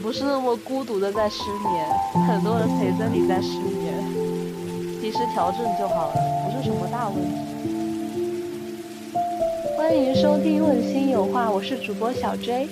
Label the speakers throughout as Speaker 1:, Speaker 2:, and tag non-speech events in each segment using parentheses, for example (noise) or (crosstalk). Speaker 1: 不是那么孤独的在失眠，很多人陪着你在失眠，及时调整就好了，不是什么大问题。欢迎收听《问心有话》，我是主播小 J，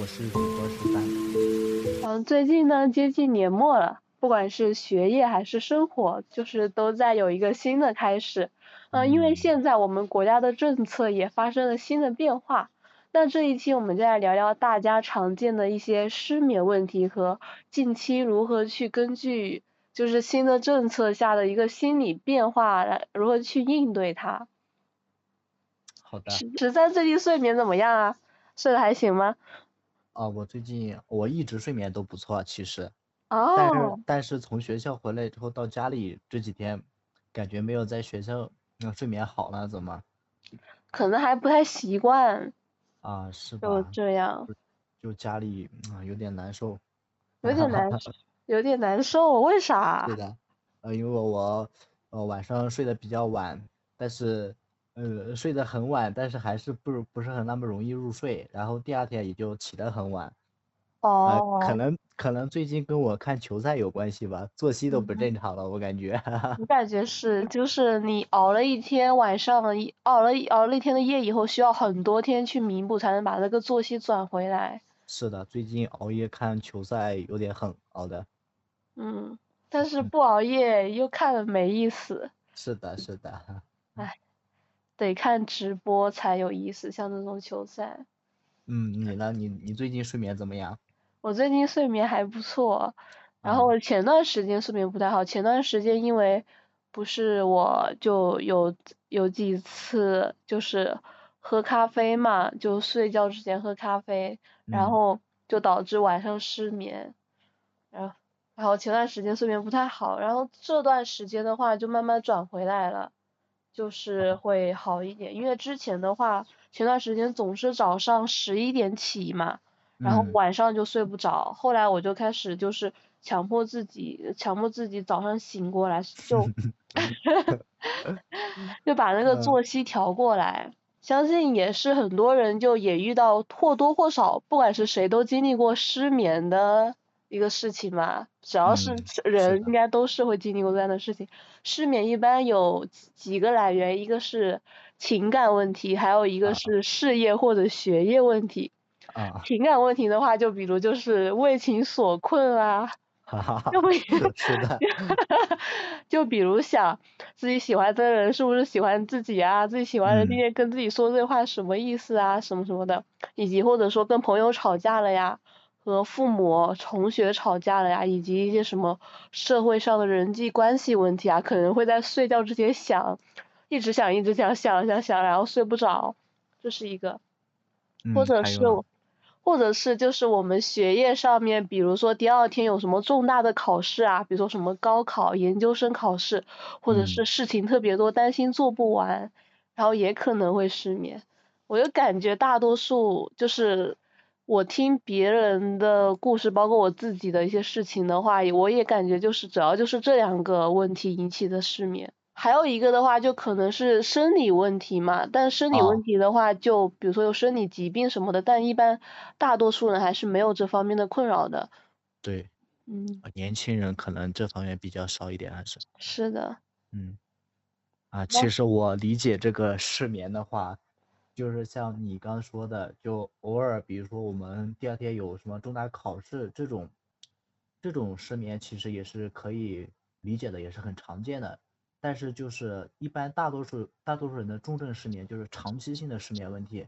Speaker 2: 我是主播十三。
Speaker 1: 嗯，最近呢接近年末了，不管是学业还是生活，就是都在有一个新的开始。嗯、呃，因为现在我们国家的政策也发生了新的变化。那这一期我们就来聊聊大家常见的一些失眠问题和近期如何去根据就是新的政策下的一个心理变化来如何去应对它。
Speaker 2: 好的。
Speaker 1: 十三最近睡眠怎么样啊？睡得还行吗？
Speaker 2: 啊，我最近我一直睡眠都不错，其实。
Speaker 1: 哦。
Speaker 2: 但是但是从学校回来之后到家里这几天，感觉没有在学校那、嗯、睡眠好了，怎么？
Speaker 1: 可能还不太习惯。
Speaker 2: 啊，是吧？
Speaker 1: 就这样，
Speaker 2: 就家里啊、嗯、有点难受，
Speaker 1: 有点
Speaker 2: (laughs)
Speaker 1: 难，有点难受，为啥？
Speaker 2: 对的，呃，因为我呃晚上睡得比较晚，但是呃睡得很晚，但是还是不不是很那么容易入睡，然后第二天也就起得很晚。
Speaker 1: 哦、
Speaker 2: 呃。可能可能最近跟我看球赛有关系吧，作息都不正常了，嗯、我感觉。 (laughs)
Speaker 1: 我感觉是，就是你熬了一天晚上的，熬了熬了一天的夜以后，需要很多天去弥补，才能把那个作息转回来。
Speaker 2: 是的，最近熬夜看球赛有点狠，熬的。
Speaker 1: 嗯，但是不熬夜又看了没意思。
Speaker 2: 是的，是的。
Speaker 1: 唉，得看直播才有意思，像这种球赛。
Speaker 2: 嗯，你呢？你你最近睡眠怎么样？
Speaker 1: 我最近睡眠还不错，然后我前段时间睡眠不太好，前段时间因为不是我就有有几次就是喝咖啡嘛，就睡觉之前喝咖啡，然后就导致晚上失眠，然后然后前段时间睡眠不太好，然后这段时间的话就慢慢转回来了，就是会好一点，因为之前的话前段时间总是早上十一点起嘛。然
Speaker 2: 嗯
Speaker 1: 后晚上就睡不着，后来我就开始就是强迫自己，强迫自己早上醒过来就，就把那个作息调过来。相信也是很多人就也遇到或多或少，不管是谁都经历过失眠的一个事情嘛。只要是人，应该都是会经历过这样的事情。嗯、失眠一般有几个来源，一个是情感问题，还有一个是事业或者学业问题。
Speaker 2: 啊，
Speaker 1: 情感问题的话，就比如就是为情所困啊，就会 (laughs) 就比如想自己喜欢的人是不是喜欢自己啊，自己喜欢的人今天跟自己说这话什么意思啊，什么什么的，以及或者说跟朋友吵架了呀，和父母、同学吵架了呀，以及一些什么社会上的人际关系问题啊，可能会在睡觉之前想，一直想，一直想，想想想，然后睡不着，这是一个，或者是。
Speaker 2: 嗯
Speaker 1: 或者是就是我们学业上面，比如说第二天有什么重大的考试啊，比如说什么高考、研究生考试，或者是事情特别多，担心做不完，嗯、然后也可能会失眠。我就感觉大多数就是我听别人的故事，包括我自己的一些事情的话，我也感觉就是主要就是这两个问题引起的失眠。还有一个的话，就可能是生理问题嘛，但生理问题的话，就比如说有生理疾病什么的，但一般大多数人还是没有这方面的困扰的。
Speaker 2: 对，呃
Speaker 1: 嗯，
Speaker 2: 年轻人可能这方面比较少一点，还是。
Speaker 1: 是的。
Speaker 2: 嗯，啊，其实我理解这个失眠的话，就是像你刚说的，就偶尔，比如说我们第二天有什么重大考试这种，这种失眠其实也是可以理解的，也是很常见的。但是就是一般大多数大多数人的重症失眠就是长期性的失眠问题，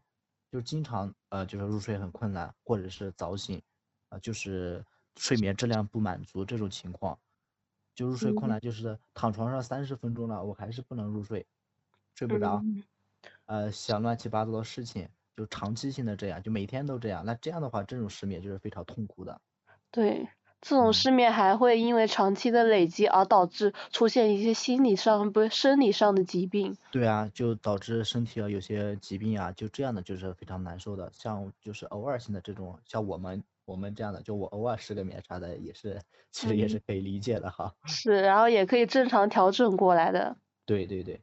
Speaker 2: 就经常呃就是入睡很困难，或者是早醒，啊、呃、就是睡眠质量不满足这种情况，就入睡困难，就是躺床上三十分钟了，我还是不能入睡，
Speaker 1: 嗯
Speaker 2: 睡不着，呃想乱七八糟的事情，就长期性的这样，就每天都这样，那这样的话，这种失眠就是非常痛苦的。
Speaker 1: 对。这种失眠还会因为长期的累积而导致出现一些心理上不是生理上的疾病。
Speaker 2: 对啊，就导致身体啊有些疾病啊，就这样的就是非常难受的。像就是偶尔性的这种，像我们我们这样的，就我偶尔失个眠啥的，也是其实也是可以理解的哈。
Speaker 1: 嗯、是，然后也可以正常调整过来的。
Speaker 2: 对对对。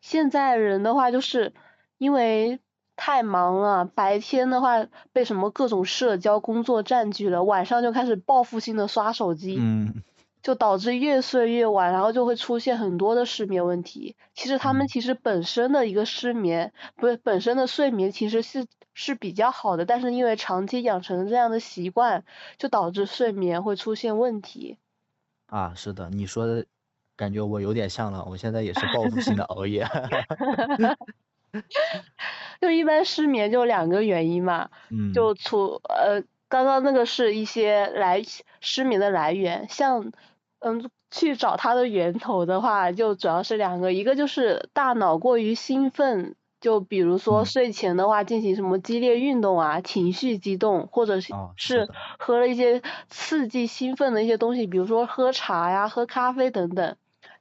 Speaker 1: 现在人的话，就是因为太忙了，白天的话被什么各种社交工作占据了，晚上就开始报复性的刷手机，
Speaker 2: 嗯
Speaker 1: 就导致越睡越晚，然后就会出现很多的失眠问题。其实他们
Speaker 2: 嗯
Speaker 1: 其实本身的一个失眠，不是本身的睡眠其实是是比较好的，但是因为长期养成这样的习惯，就导致睡眠会出现问题。
Speaker 2: 啊，是的，你说的感觉我有点像了，我现在也是报复性的熬夜，
Speaker 1: 就一般失眠就两个原因嘛，
Speaker 2: 嗯
Speaker 1: 就除呃，刚刚那个是一些来失眠的来源，像嗯去找它的源头的话，就主要是两个，一个就是大脑过于兴奋，就比如说
Speaker 2: 嗯，
Speaker 1: 睡前的话进行什么激烈运动啊，情绪激动，或者是
Speaker 2: 哦，是
Speaker 1: 是
Speaker 2: 的，
Speaker 1: 喝了一些刺激兴奋的一些东西，比如说喝茶呀、喝咖啡等等。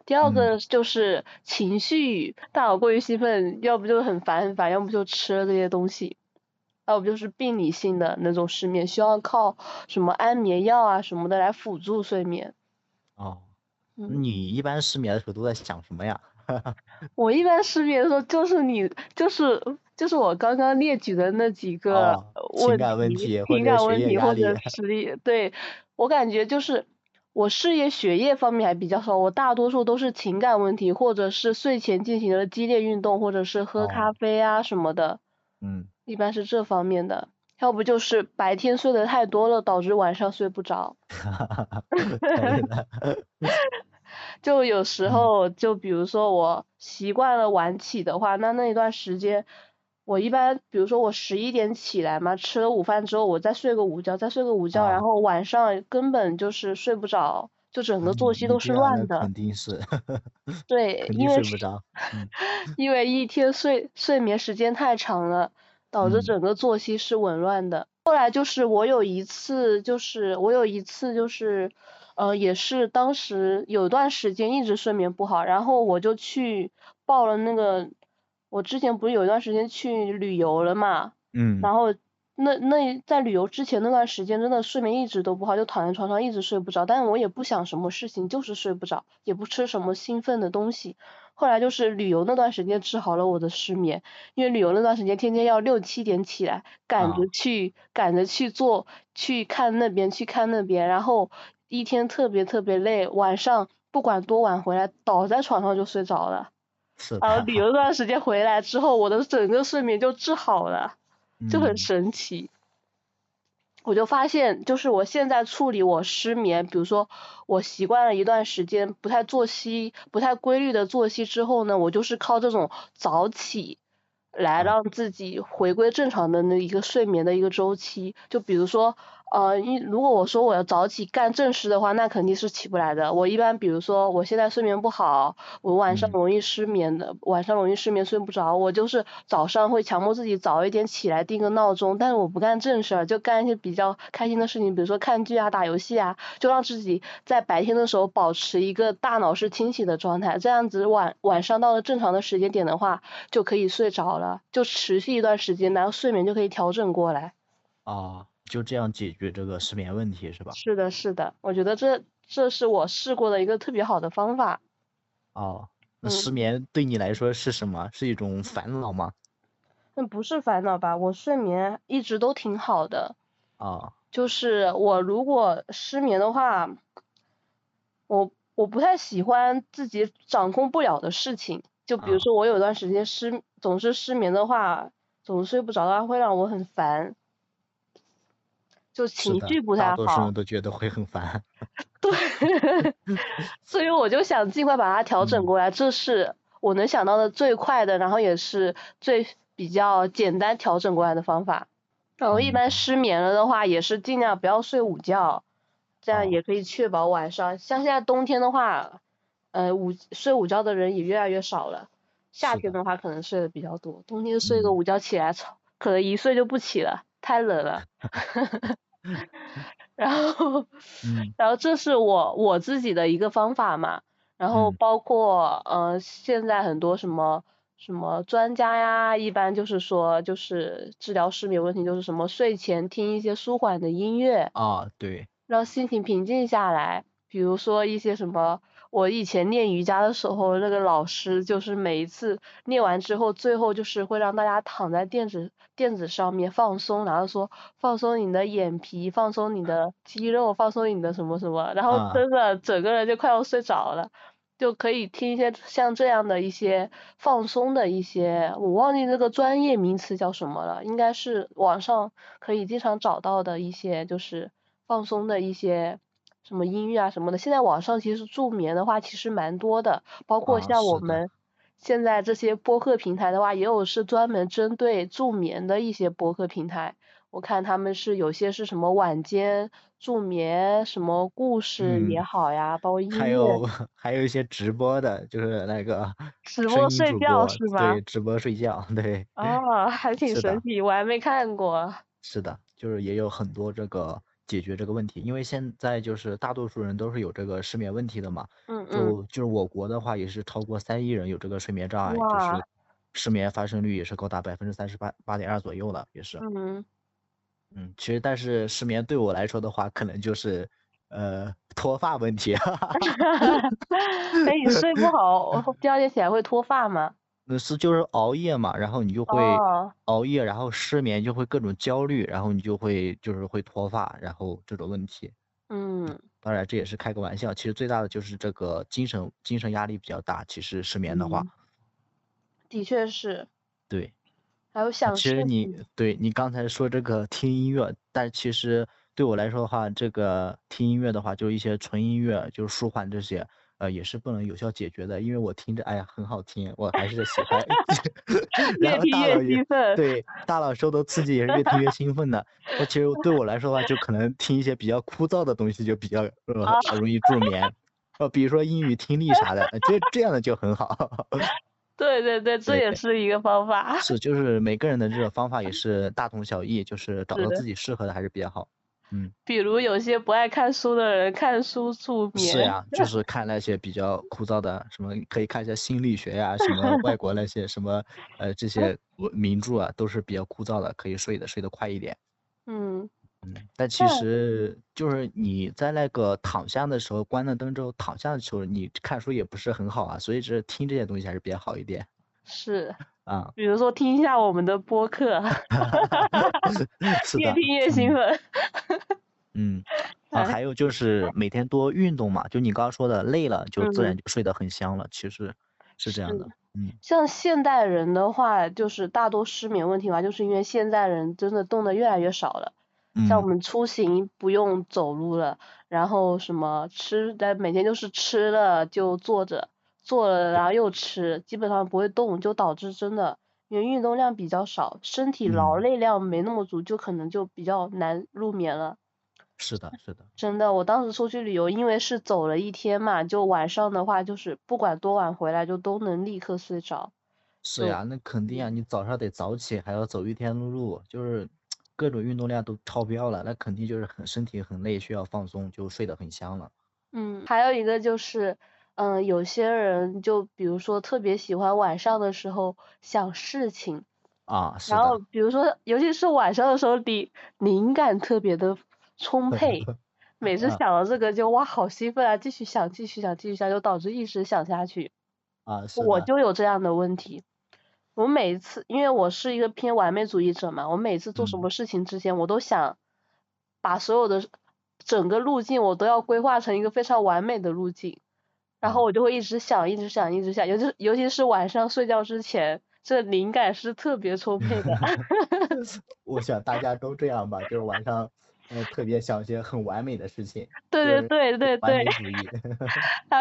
Speaker 1: 第二
Speaker 2: 嗯
Speaker 1: 个就是情绪，大脑过于兴奋，要不就很烦很烦，要不就吃了这些东西，要不就是病理性的那种失眠，需要靠什么安眠药啊什么的来辅助睡眠。
Speaker 2: 哦，
Speaker 1: 嗯，
Speaker 2: 你一般失眠的时候都在想什么呀？
Speaker 1: 我一般失眠的时候就是你，就是就是我刚刚列举的那几个
Speaker 2: 哦，
Speaker 1: 呃
Speaker 2: 情
Speaker 1: 问
Speaker 2: 感问
Speaker 1: 题，
Speaker 2: 题或
Speaker 1: 情
Speaker 2: 者
Speaker 1: 感
Speaker 2: 学
Speaker 1: 问
Speaker 2: 业
Speaker 1: 题
Speaker 2: 压
Speaker 1: 或
Speaker 2: 力，
Speaker 1: 者实力。对，我感觉就是我事业学业方面还比较少，我大多数都是情感问题，或者是睡前进行了激烈运动，或者是喝咖
Speaker 2: 哦，
Speaker 1: 啡啊什么的，
Speaker 2: 嗯，
Speaker 1: 一般是这方面的。要不就是白天睡得太多了，导致晚上睡不着。(laughs)
Speaker 2: (laughs) 嗯天呐，
Speaker 1: 就有时
Speaker 2: 嗯
Speaker 1: 候，就比如说我习惯了晚起的话，那那一段时间，我一般比如说我十一点起来嘛，吃了午饭之后，我再睡个午觉，再睡个午觉，然
Speaker 2: 啊，
Speaker 1: 后晚上根本就是睡不着，就整
Speaker 2: 啊
Speaker 1: 个
Speaker 2: 你
Speaker 1: 作息
Speaker 2: 你
Speaker 1: 都
Speaker 2: 这
Speaker 1: 是
Speaker 2: 样
Speaker 1: 乱
Speaker 2: 那
Speaker 1: 的。
Speaker 2: 肯定是
Speaker 1: 对，
Speaker 2: (laughs) 肯定
Speaker 1: 因为
Speaker 2: 睡不
Speaker 1: 是
Speaker 2: 着，嗯
Speaker 1: 因为一天睡睡眠时间太长了，导致
Speaker 2: 嗯
Speaker 1: 整个作息是紊乱的。后来就是我有一次，就是我有一次就是，呃，也是当时有段时间一直睡眠不好，然后我就去报了那个，我之前不是有一段时间去旅游了嘛，然
Speaker 2: 嗯
Speaker 1: 后那那在旅游之前那段时间，真的睡眠一直都不好，就躺在床上一直睡不着，但是我也不想什么事情，就是睡不着，也不吃什么兴奋的东西。后来就是旅游那段时间治好了我的失眠，因为旅游那段时间天天要六七点起来，赶着
Speaker 2: 啊，
Speaker 1: 去赶着去做，去看那边，去看那边，然后一天特别特别累，晚上不管多晚回来，倒在床上就睡着了。
Speaker 2: 是
Speaker 1: 然后呃旅游
Speaker 2: 的，
Speaker 1: 那段时间回来之后，我的整个睡眠就治好了，就很
Speaker 2: 嗯
Speaker 1: 神奇。我就发现，就是我现在处理我失眠，比如说我习惯了一段时间不太作息、不太规律的作息之后呢，我就是靠这种早起来
Speaker 2: 啊，
Speaker 1: 让自己回归正常的那一个睡眠的一个周期。就比如说，呃，一如果我说我要早起干正事的话，那肯定是起不来的。我一般比如说我现在睡眠不好，我晚上
Speaker 2: 嗯
Speaker 1: 容易失眠的，晚上容易失眠睡不着，我就是早上会强迫自己早一点起来定个闹钟，但是我不干正事儿，就干一些比较开心的事情，比如说看剧啊、打游戏啊，就让自己在白天的时候保持一个大脑是清醒的状态，这样子晚晚上到了正常的时间点的话，就可以睡着了，就持续一段时间，然后睡眠就可以调整过来。
Speaker 2: 啊，就这样解决这个失眠问题是吧？
Speaker 1: 是的，是的，我觉得这这是我试过的一个特别好的方法。
Speaker 2: 哦，那失
Speaker 1: 嗯。
Speaker 2: 眠对你来说是什么？是一种烦恼吗？
Speaker 1: 那不是烦恼吧？我睡眠一直都挺好的，
Speaker 2: 啊，
Speaker 1: 就是我如果失眠的话，我我不太喜欢自己掌控不了的事情。就比如
Speaker 2: 啊，
Speaker 1: 说我有段时间失，总是失眠的话，总是睡不着的话，会让我很烦，就是情
Speaker 2: 的，
Speaker 1: 绪不
Speaker 2: 大
Speaker 1: 太
Speaker 2: 多数人
Speaker 1: 好。
Speaker 2: 都觉得会很烦。
Speaker 1: 对，所以我就想尽快把它调整
Speaker 2: 嗯
Speaker 1: 过来，这是我能想到的最快的，然后也是最比较简单调整过来的方法。然后一
Speaker 2: 嗯，
Speaker 1: 般失眠了的话，也是尽量不要睡午觉，这样
Speaker 2: 哦，
Speaker 1: 也可以确保晚上。像现在冬天的话，呃，午睡午觉的人也越来越少了。夏
Speaker 2: 是
Speaker 1: 天
Speaker 2: 的，
Speaker 1: 的话，可能睡得比较多。冬天睡个
Speaker 2: 嗯，
Speaker 1: 午觉起来，操，可能一睡就不起了，太冷
Speaker 2: (laughs)
Speaker 1: 了。 (laughs) 然后，
Speaker 2: 嗯
Speaker 1: 然后这是我我自己的一个方法嘛。然后
Speaker 2: 嗯
Speaker 1: 包括呃，现在很多什么什么专家呀，一般就是说就是治疗失眠问题，就是什么睡前听一些舒缓的音乐，
Speaker 2: 啊，对，
Speaker 1: 让心情平静下来。比如说一些什么。我以前练瑜伽的时候，那个老师就是每一次练完之后，最后就是会让大家躺在垫子垫子上面放松，然后说放松你的眼皮，放松你的肌肉，放松你的什么什么，然后
Speaker 2: 啊
Speaker 1: 真的整个人就快要睡着了。就可以听一些像这样的一些放松的一些，我忘记这个专业名词叫什么了，应该是网上可以经常找到的一些就是放松的一些什么音乐啊什么的。现在网上其实助眠的话其实蛮多的，包括
Speaker 2: 啊
Speaker 1: 像我
Speaker 2: 是的
Speaker 1: 们现在这些播客平台的话，也有是专门针对助眠的一些播客平台。我看他们是有些是什么晚间助眠，什么故事也
Speaker 2: 嗯
Speaker 1: 好呀，包括音
Speaker 2: 还
Speaker 1: 乐。
Speaker 2: 有还有一些直播的，就是那个
Speaker 1: 直播
Speaker 2: 声音
Speaker 1: 睡
Speaker 2: 主
Speaker 1: 觉
Speaker 2: 播，
Speaker 1: 是吗？
Speaker 2: 对，直播睡觉，对，
Speaker 1: 啊，还挺
Speaker 2: 是
Speaker 1: 神
Speaker 2: 的，
Speaker 1: 奇，我还没看过。
Speaker 2: 是的，就是也有很多这个解决这个问题，因为现在就是大多数人都是有这个失眠问题的嘛，
Speaker 1: 嗯嗯，
Speaker 2: 就就是我国的话也是超过三亿人有这个睡眠障碍，就
Speaker 1: 哇，
Speaker 2: 是失眠发生率也是高达百分之三十八八点二左右了，也是。 (laughs)
Speaker 1: 嗯， (laughs)
Speaker 2: 嗯，其实但是失眠对我来说的话，可能就是呃脱发问题，啊哈哈哈。
Speaker 1: 哎，你睡不好，第二天起来会脱发吗？
Speaker 2: (laughs) 那是就是熬夜嘛，然后你就会
Speaker 1: 哦，
Speaker 2: 熬夜，然后失眠就会各种焦虑，然后你就会就是会脱发，然后这种问题。
Speaker 1: 嗯
Speaker 2: 当然这也是开个玩笑，其实最大的就是这个精神精神压力比较大。其实失眠的话，
Speaker 1: 嗯，的确是，
Speaker 2: 对。
Speaker 1: 还有
Speaker 2: 啊，
Speaker 1: 想
Speaker 2: 其实
Speaker 1: 睡，
Speaker 2: 你
Speaker 1: 嗯
Speaker 2: 对你刚才说这个听音乐，但其实对我来说的话，这个听音乐的话，就是一些纯音乐，就是舒缓这些，呃，也是不能有效解决的，因为我听着，哎呀，很好听，我还是喜欢， (laughs) 然
Speaker 1: (laughs) 越
Speaker 2: 后
Speaker 1: 听
Speaker 2: 大
Speaker 1: 越
Speaker 2: 脑也
Speaker 1: 兴
Speaker 2: (laughs)
Speaker 1: 奋。
Speaker 2: 对大脑受到刺激，也是越听越兴奋的。那其实对我来说的话，就可能听一些比较枯燥的东西，就比较
Speaker 1: 啊，
Speaker 2: 呃容易助眠，呃，比如说英语听力啥的，呃这这样的就很好。 (laughs)
Speaker 1: 对对对，这
Speaker 2: 对。
Speaker 1: 也是一个方法。
Speaker 2: 是，就是每个人的这种方法也是大同小异，就是找到自
Speaker 1: 是，
Speaker 2: 己适合的还是比较好。嗯，
Speaker 1: 比如有些不爱看书的人看书助
Speaker 2: 是
Speaker 1: 眠。
Speaker 2: (laughs) 呀，就是看那些比较枯燥的，什么可以看一下心理学呀、什么外国那些什么呃这 (laughs) 些文名著啊，都是比较枯燥的，可以睡的睡得快一点。
Speaker 1: 嗯，
Speaker 2: 嗯，但其
Speaker 1: 但
Speaker 2: 实就是你在那个躺下的时候，关了灯之后躺下的时候，你看书也不是很好啊，所以只是听这些东西还是比较好一点
Speaker 1: 是， (laughs)
Speaker 2: 啊。
Speaker 1: 比如说听一下我们的播客，
Speaker 2: 是
Speaker 1: 越
Speaker 2: 的，
Speaker 1: 听越兴
Speaker 2: 嗯。
Speaker 1: 奋。 (laughs)
Speaker 2: 嗯，啊，
Speaker 1: 哎，
Speaker 2: 还有就是每天多运动嘛，就你刚刚说的，累了就自然
Speaker 1: 嗯，
Speaker 2: 就睡得很香了，其实是这样
Speaker 1: 是。
Speaker 2: 的，嗯，
Speaker 1: 像现代人的话，就是大多失眠问题嘛，就是因为现代人真的动的越来越少了。像我
Speaker 2: 嗯，
Speaker 1: 们出行不用走路了，然后什么吃的，每天就是吃了就坐着，坐了然后又吃，基本上不会动，就导致真的因为运动量比较少，身体劳
Speaker 2: 嗯，
Speaker 1: 累量没那么足，就可能就比较难入眠了。
Speaker 2: 是的，是的，
Speaker 1: 真的，我当时出去旅游，因为是走了一天嘛，就晚上的话，就是不管多晚回来，就都能立刻睡着，
Speaker 2: 是
Speaker 1: 就，
Speaker 2: 呀，那肯定呀，啊
Speaker 1: 嗯，
Speaker 2: 你早上得早起，还要走一天的路，就是各种运动量都超标了，那肯定就是很身体很累，需要放松，就睡得很香了，
Speaker 1: 嗯，还有一个就是，嗯，有些人就比如说特别喜欢晚上的时候想事情，
Speaker 2: 啊，是
Speaker 1: 然后
Speaker 2: 的，
Speaker 1: 比如说，尤其是晚上的时候，灵灵感特别的充
Speaker 2: (laughs)
Speaker 1: 沛，每次
Speaker 2: 啊
Speaker 1: 想到这个就哇好兴奋啊，继续想，继续想，继续想，就导致一直想下去。
Speaker 2: 啊，是
Speaker 1: 我
Speaker 2: 的，
Speaker 1: 就有这样的问题，我每一次，因为我是一个偏完美主义者嘛，我每次做什
Speaker 2: 嗯，
Speaker 1: 么事情之前，我都想把所有的整个路径我都要规划成一个非常完美的路径，然后
Speaker 2: 啊，
Speaker 1: 我就会一直想，一直想，一直想，尤其尤其是晚上睡觉之前，这灵感是特别充沛的。
Speaker 2: 我想大家都这样吧，就是晚上，呃，特别想一些很完美的事情，
Speaker 1: 对
Speaker 2: 就
Speaker 1: 对
Speaker 2: 是
Speaker 1: 对
Speaker 2: 对
Speaker 1: 对对，
Speaker 2: 完美主义。
Speaker 1: 啊，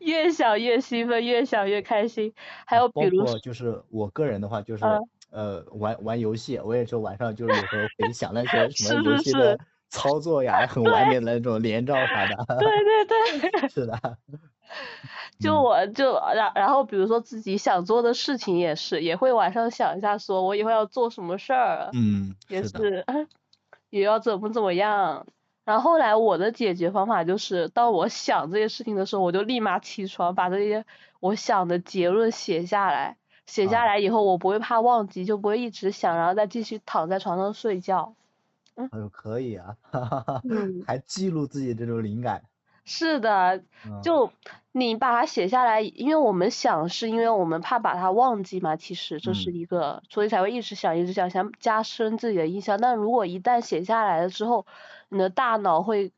Speaker 1: 越想越兴奋，越想越开心。还
Speaker 2: 啊，
Speaker 1: 有比
Speaker 2: 包
Speaker 1: 如
Speaker 2: 括
Speaker 1: 说，
Speaker 2: 就是我个人的话，就是
Speaker 1: 嗯，
Speaker 2: 呃玩玩游戏，我也是晚上就是有时候会想那些什么
Speaker 1: 是
Speaker 2: 游
Speaker 1: 是
Speaker 2: 戏
Speaker 1: 是，
Speaker 2: 的操作呀，很
Speaker 1: 对
Speaker 2: 完美的那种连招啥的。
Speaker 1: 对对对。
Speaker 2: 是的，
Speaker 1: 就
Speaker 2: 嗯，
Speaker 1: 我就然然后比如说自己想做的事情也是，也会晚上想一下，说我以后要做什么事儿，
Speaker 2: 嗯，
Speaker 1: 也
Speaker 2: 是的，
Speaker 1: 是 (laughs) 也要怎么怎么样。然后后来我的解决方法就是，当我想这些事情的时候，我就立马起床，把这些我想的结论写下来。写下
Speaker 2: 啊，
Speaker 1: 来以后，我不会怕忘记，就不会一直想，然后再继续躺在床上睡觉。嗯
Speaker 2: 哎呦，可以啊，哈哈哈， (laughs)
Speaker 1: 嗯。
Speaker 2: 还记录自己这种灵感，
Speaker 1: 是的，
Speaker 2: 嗯，
Speaker 1: 就你把它写下来，因为我们想是因为我们怕把它忘记嘛，其实这是
Speaker 2: 嗯
Speaker 1: 一个，所以才会一直想，一直想，想加深自己的印象。但如果一旦写下来了之后，你的大脑会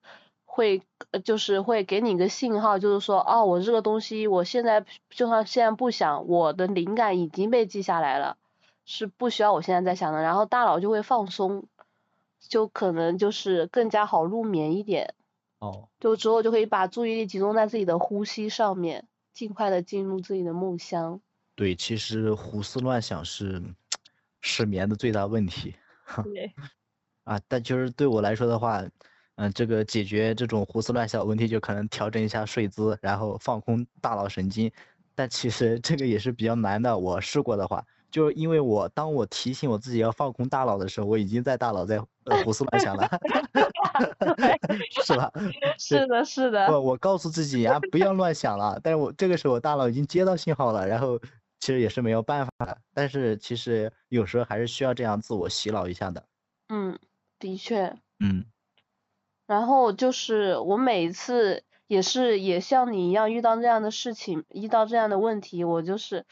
Speaker 1: 会呃就是会给你一个信号，就是说，哦，我这个东西，我现在就算现在不想，我的灵感已经被记下来了，是不需要我现在再想的。然后大脑就会放松，就可能就是更加好入眠一点。
Speaker 2: 哦，
Speaker 1: 就之后就可以把注意力集中在自己的呼吸上面，尽快的进入自己的梦乡。
Speaker 2: 对，其实胡思乱想是失眠的最大问题。
Speaker 1: 对，
Speaker 2: 啊，但就是对我来说的话，嗯，这个解决这种胡思乱想问题，就可能调整一下睡姿，然后放空大脑神经。但其实这个也是比较难的，我试过的话，就是因为我当我提醒我自己要放空大脑的时候，我已经在大脑在呃胡思乱想了， (laughs)
Speaker 1: (laughs)
Speaker 2: 是吧？对，
Speaker 1: 是的，是
Speaker 2: 我
Speaker 1: 的，
Speaker 2: 我告诉自己啊，不要乱想了，但是我这个时候我大脑已经接到信号了，然后其实也是没有办法的，但是其实有时候还是需要这样自我洗脑一下的，
Speaker 1: 嗯，的确。
Speaker 2: 嗯。
Speaker 1: 然后就是我每一次也是也像你一样遇到这样的事情，遇到这样的问题，我就是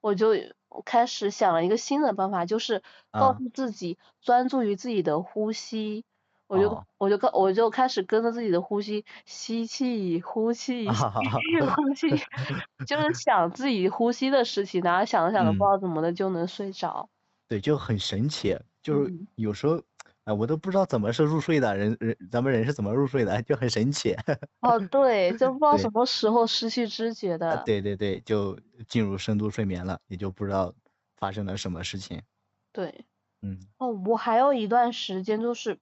Speaker 1: 我就我开始想了一个新的办法，就是告
Speaker 2: 啊，
Speaker 1: 诉自己专注于自己的呼吸。我就
Speaker 2: 哦，
Speaker 1: 我就跟我就开始跟着自己的呼吸，吸气，呼
Speaker 2: 啊 (laughs)
Speaker 1: 气，吸
Speaker 2: 哈哈哈，
Speaker 1: 气，呼气，就是想自己呼吸的事情，然后想着想着不知
Speaker 2: 嗯，
Speaker 1: 道怎么的就能睡着。
Speaker 2: 对，就很神奇，就是
Speaker 1: 嗯，
Speaker 2: 有时候，哎，我都不知道怎么是入睡的，人人咱们人是怎么入睡的，就很神奇。
Speaker 1: 哦，对，就不知道什
Speaker 2: 对，
Speaker 1: 么时候失去知觉
Speaker 2: 啊，
Speaker 1: 的。
Speaker 2: (laughs) 对对对，就进入深度睡眠了，也就不知道发生了什么事情。
Speaker 1: 对，
Speaker 2: 嗯，
Speaker 1: 哦，我还有一段时间就是，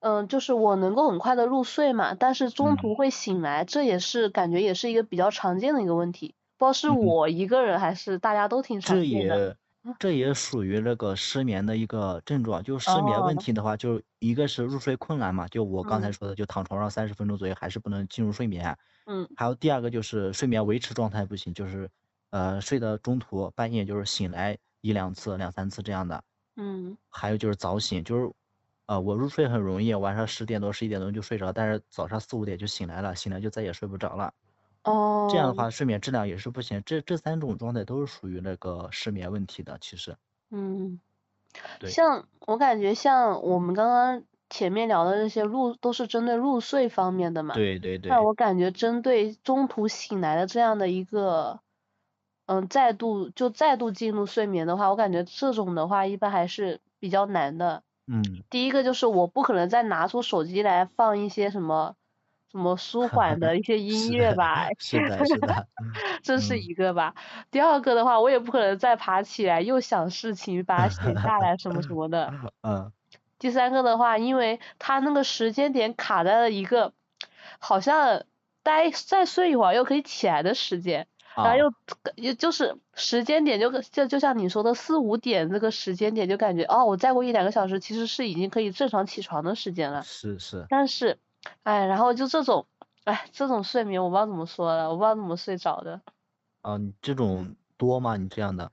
Speaker 1: 嗯，就是我能够很快的入睡嘛，但是中
Speaker 2: 嗯
Speaker 1: 途会醒来，这也是感觉也是一个比较常见的一个问题，不知道是
Speaker 2: 嗯，
Speaker 1: 我一个人还是大家都挺
Speaker 2: 这
Speaker 1: 常见的。嗯
Speaker 2: 也这也属于那个失眠的一个症状，就是失眠问
Speaker 1: 哦，
Speaker 2: 题的话，就一个是入睡困难嘛，就我刚才
Speaker 1: 嗯
Speaker 2: 说的，就躺床上三十分钟左右还是不能进入睡眠，
Speaker 1: 嗯
Speaker 2: 还有第二个就是睡眠维持状态不行，就是呃睡到中途半夜就是醒来一两次、两三次这样的，
Speaker 1: 嗯
Speaker 2: 还有就是早醒，就是呃我入睡很容易，晚上十点多、十一点多就睡着，但是早上四五点就醒来了，醒来就再也睡不着了。这样的
Speaker 1: 哦
Speaker 2: 话，睡眠质量也是不行。这这三种状态都是属于那个失眠问题的，其实
Speaker 1: 嗯。
Speaker 2: 对，嗯
Speaker 1: 像我感觉像我们刚刚前面聊的这些入都是针对入睡方面的嘛，
Speaker 2: 对对
Speaker 1: 那
Speaker 2: 对，
Speaker 1: 我感觉针对中途醒来的这样的一个，嗯，再度就再度进入睡眠的话，我感觉这种的话一般还是比较难的。
Speaker 2: 嗯， (laughs)
Speaker 1: 第一个就是我不可能再拿出手机来放一些什么什么舒缓的一些音
Speaker 2: (laughs) 是
Speaker 1: 乐
Speaker 2: 的，
Speaker 1: 吧， (laughs)
Speaker 2: 是的，是的， (laughs)
Speaker 1: 这是
Speaker 2: 嗯，
Speaker 1: 一个吧。第二个的话，我也不可能再爬起来又想事情把它写下来什么什么的。
Speaker 2: 嗯，
Speaker 1: 第三个的话，因为它那个时间点卡在了一个好像待再睡一会儿又可以起来的时间，然后
Speaker 2: 啊，
Speaker 1: 又也就是时间点就跟就就像你说的四五点这个时间点，就感觉哦，我再过一两个小时其实是已经可以正常起床的时间了，
Speaker 2: 是是，
Speaker 1: 但是，哎，然后就这种，哎，这种睡眠我不知道怎么说了，我不知道怎么睡着的。
Speaker 2: 啊，你这种多吗？你这样的？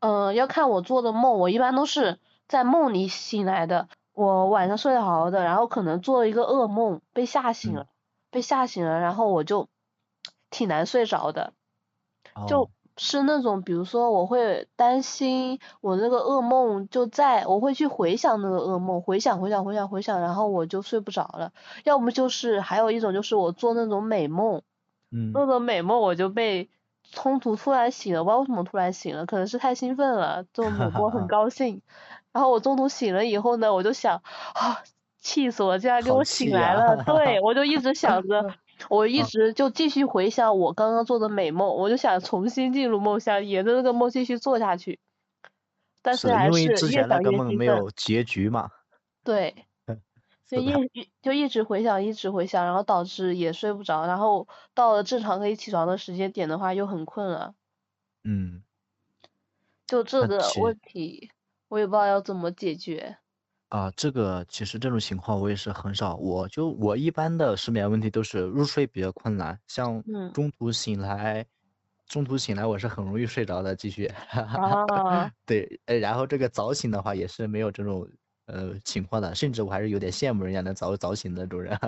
Speaker 1: 嗯，呃要看我做的梦，我一般都是在梦里醒来的。我晚上睡得好好的，然后可能做了一个噩梦，被吓醒了，
Speaker 2: 嗯，
Speaker 1: 被吓醒了，然后我就挺难睡着的，就
Speaker 2: 哦，
Speaker 1: 是那种，比如说我会担心我那个噩梦就在，我会去回想那个噩梦，回想回想回想回想，然后我就睡不着了。要么就是还有一种就是我做那种美梦，
Speaker 2: 嗯，
Speaker 1: 做个美梦，我就被中途突然醒了，不知道为什么突然醒了，可能是太兴奋了，做
Speaker 2: 哈
Speaker 1: 美
Speaker 2: 哈
Speaker 1: 梦很
Speaker 2: 啊，
Speaker 1: 高兴。然后我中途醒了以后呢，我就想，啊，气死我，竟然给
Speaker 2: 好
Speaker 1: 我醒
Speaker 2: 气呀、
Speaker 1: 来了。
Speaker 2: (laughs)
Speaker 1: 对，我就一直想着，我一
Speaker 2: 啊，
Speaker 1: 直就继续回想我刚刚做的美梦，我就想重新进入梦乡，沿着那个梦继续做下去。但是
Speaker 2: 是因
Speaker 1: 还
Speaker 2: 为
Speaker 1: 是
Speaker 2: 之
Speaker 1: 越
Speaker 2: 前那
Speaker 1: 想
Speaker 2: 个
Speaker 1: 越
Speaker 2: 梦
Speaker 1: 兴
Speaker 2: 没
Speaker 1: 奋，
Speaker 2: 有结局嘛，
Speaker 1: 对。就是
Speaker 2: 的，
Speaker 1: 一一就一直回想，一直回想，然后导致也睡不着，然后到了正常可以起床的时间点的话，又很困了。
Speaker 2: 嗯，
Speaker 1: 就这
Speaker 2: 那
Speaker 1: 个
Speaker 2: 其
Speaker 1: 问题，我也不知道要怎么解决。
Speaker 2: 啊，这个其实这种情况我也是很少，我就我一般的失眠问题都是入睡比较困难，像
Speaker 1: 嗯，
Speaker 2: 中途醒来，中途醒来我是很容易睡着的，继续， (laughs)
Speaker 1: 啊，
Speaker 2: 对，呃然后这个早醒的话也是没有这种呃情况的，甚至我还是有点羡慕人家能早早醒的那种人，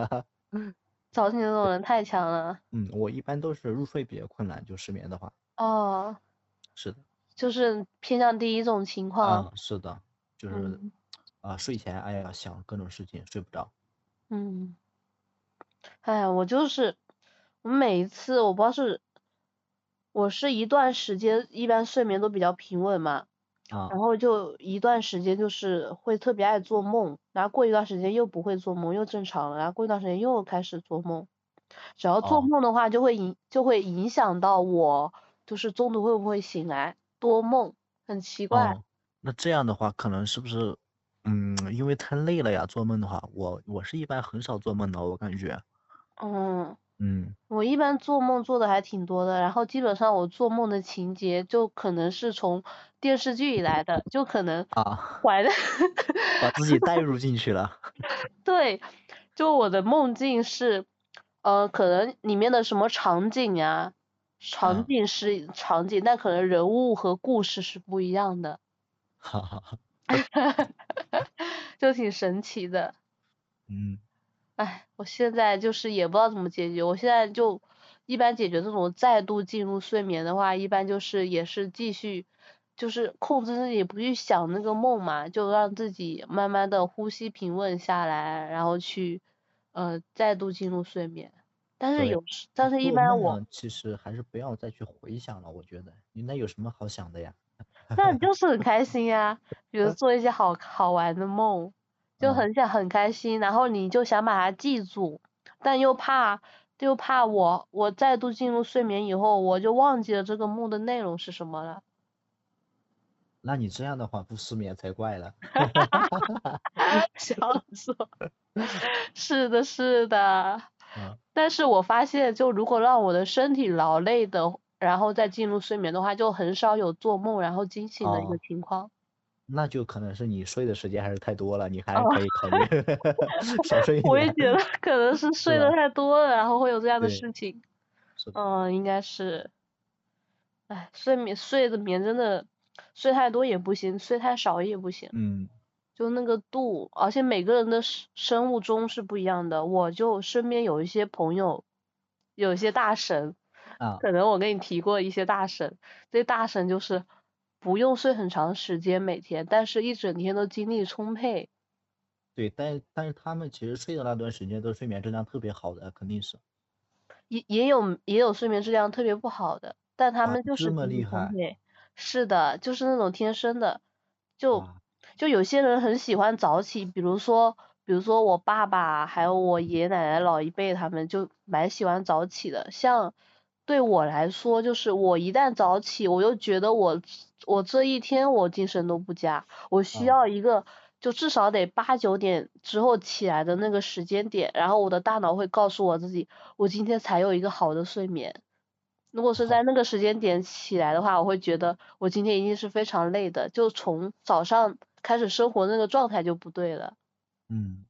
Speaker 1: 早晨的那种人太强了。
Speaker 2: (laughs) 嗯，我一般都是入睡比较困难，就失眠的话，
Speaker 1: 哦，
Speaker 2: 是的，
Speaker 1: 就是偏向第一种情况。
Speaker 2: 啊，是的，就是
Speaker 1: 哦嗯
Speaker 2: 啊，睡前哎呀想各种事情，睡不着。
Speaker 1: 嗯，哎呀，我就是我每一次我不知道是我是一段时间一般睡眠都比较平稳嘛，
Speaker 2: 啊
Speaker 1: 然后就一段时间就是会特别爱做梦，然后过一段时间又不会做梦，又正常了，然后过一段时间又开始做梦。只要做
Speaker 2: 哦
Speaker 1: 梦的话，就会影就会影响到我，就是中途会不会醒来，多梦，很奇怪。
Speaker 2: 哦，那这样的话，可能是不是，嗯，因为太累了呀，做梦的话，我我是一般很少做梦的，我感觉，哦
Speaker 1: 嗯，
Speaker 2: 嗯，
Speaker 1: 我一般做梦做的还挺多的，然后基本上我做梦的情节就可能是从电视剧里来的，就可能
Speaker 2: 啊，
Speaker 1: 怀的
Speaker 2: 把自己带入进去了， (laughs)
Speaker 1: 对，就我的梦境是，呃，可能里面的什么场景啊，场
Speaker 2: 嗯，
Speaker 1: 景是场景，但可能人物和故事是不一样的， (laughs)
Speaker 2: 哈哈哈，
Speaker 1: 就挺神奇的。
Speaker 2: 嗯，
Speaker 1: 哎，我现在就是也不知道怎么解决，我现在就一般解决这种再度进入睡眠的话，一般就是也是继续，就是控制自己不去想那个梦嘛，就让自己慢慢的呼吸平稳下来，然后去呃再度进入睡眠。但是
Speaker 2: 对，
Speaker 1: 有时，但是一
Speaker 2: 做
Speaker 1: 般
Speaker 2: 梦
Speaker 1: 我
Speaker 2: 啊，其实还是不要再去回想了，我觉得，那有什么好想的呀？
Speaker 1: 那你就是很开心呀，比如做一些好好玩的梦，就
Speaker 2: 嗯，
Speaker 1: 很想很开心，然后你就想把它记住，但又怕又怕我我再度进入睡眠以后，我就忘记了这个梦的内容是什么了。 (laughs)
Speaker 2: 那你这样的话不失眠才怪了。 (laughs)
Speaker 1: 笑死我！是的，是的。
Speaker 2: (laughs) 嗯，
Speaker 1: 但是我发现，就如果让我的身体劳累的，然后再进入睡眠的话，就很少有做梦然后惊醒的一个
Speaker 2: 哦，
Speaker 1: 情况。
Speaker 2: 那就可能是你睡的时间还是太多了，你还
Speaker 1: 哦，
Speaker 2: 可以考虑 (laughs) 少睡一
Speaker 1: 我也
Speaker 2: 点， (laughs)
Speaker 1: 觉得可能是
Speaker 2: 是
Speaker 1: 睡得
Speaker 2: 吧？
Speaker 1: 太多了，然后会有这样的
Speaker 2: 对，
Speaker 1: 事情。
Speaker 2: 是的，
Speaker 1: 嗯，应该是，哎，睡眠睡的眠真的，睡太多也不行，睡太少也不行，
Speaker 2: 嗯，
Speaker 1: 就那个度，而且每个人的生生物钟是不一样的。我就身边有一些朋友，有一些大神，
Speaker 2: 啊，
Speaker 1: 可能我跟你提过一些大神，这大神就是不用睡很长时间每天，但是一整天都精力充沛。
Speaker 2: 对，但但是他们其实睡的那段时间都睡眠质量特别好的，肯定是
Speaker 1: 也也有也有睡眠质量特别不好的，但他
Speaker 2: 啊，
Speaker 1: 们就
Speaker 2: 这
Speaker 1: 是
Speaker 2: 么
Speaker 1: 精
Speaker 2: 厉
Speaker 1: 力充
Speaker 2: 害
Speaker 1: 沛。是的，就是那种天生的，就
Speaker 2: 哇，
Speaker 1: 就有些人很喜欢早起，比如说比如说我爸爸还有我爷爷奶奶老一辈他们就蛮喜欢早起的。像对我来说，就是我一旦早起，我又觉得我我这一天我精神都不佳，我需
Speaker 2: 啊，
Speaker 1: 要一个就至少得八九点之后起来的那个时间点，然后我的大脑会告诉我自己，我今天才有一个好的睡眠。如果是在
Speaker 2: 好，
Speaker 1: 那个时间点起来的话，我会觉得我今天一定是非常累的，就从早上开始生活那个状态就不对了。
Speaker 2: 嗯，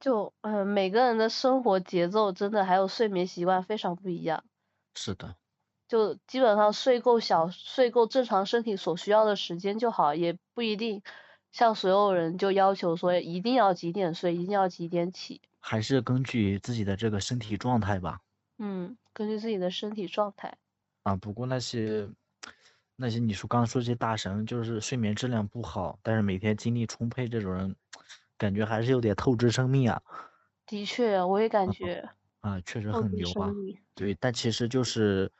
Speaker 1: 就嗯、呃每个人的生活节奏真的还有睡眠习惯非常不一样。
Speaker 2: 是的，
Speaker 1: 就基本上睡够小，睡够正常身体所需要的时间就好，也不一定像所有人就要求说一定要几点睡，一定要几点起。
Speaker 2: 还是根据自己的这个身体状态吧。
Speaker 1: 嗯，根据自己的身体状态。
Speaker 2: 啊，不过那些那些你说刚刚说这些大神，就是睡眠质量不好，但是每天精力充沛这种人，感觉还是有点透支生命啊。
Speaker 1: 的确，我也感
Speaker 2: 啊
Speaker 1: 觉
Speaker 2: 啊，确实
Speaker 1: 透
Speaker 2: 很
Speaker 1: 支
Speaker 2: 牛
Speaker 1: 生
Speaker 2: 啊。
Speaker 1: 命。
Speaker 2: 对，但其实就是，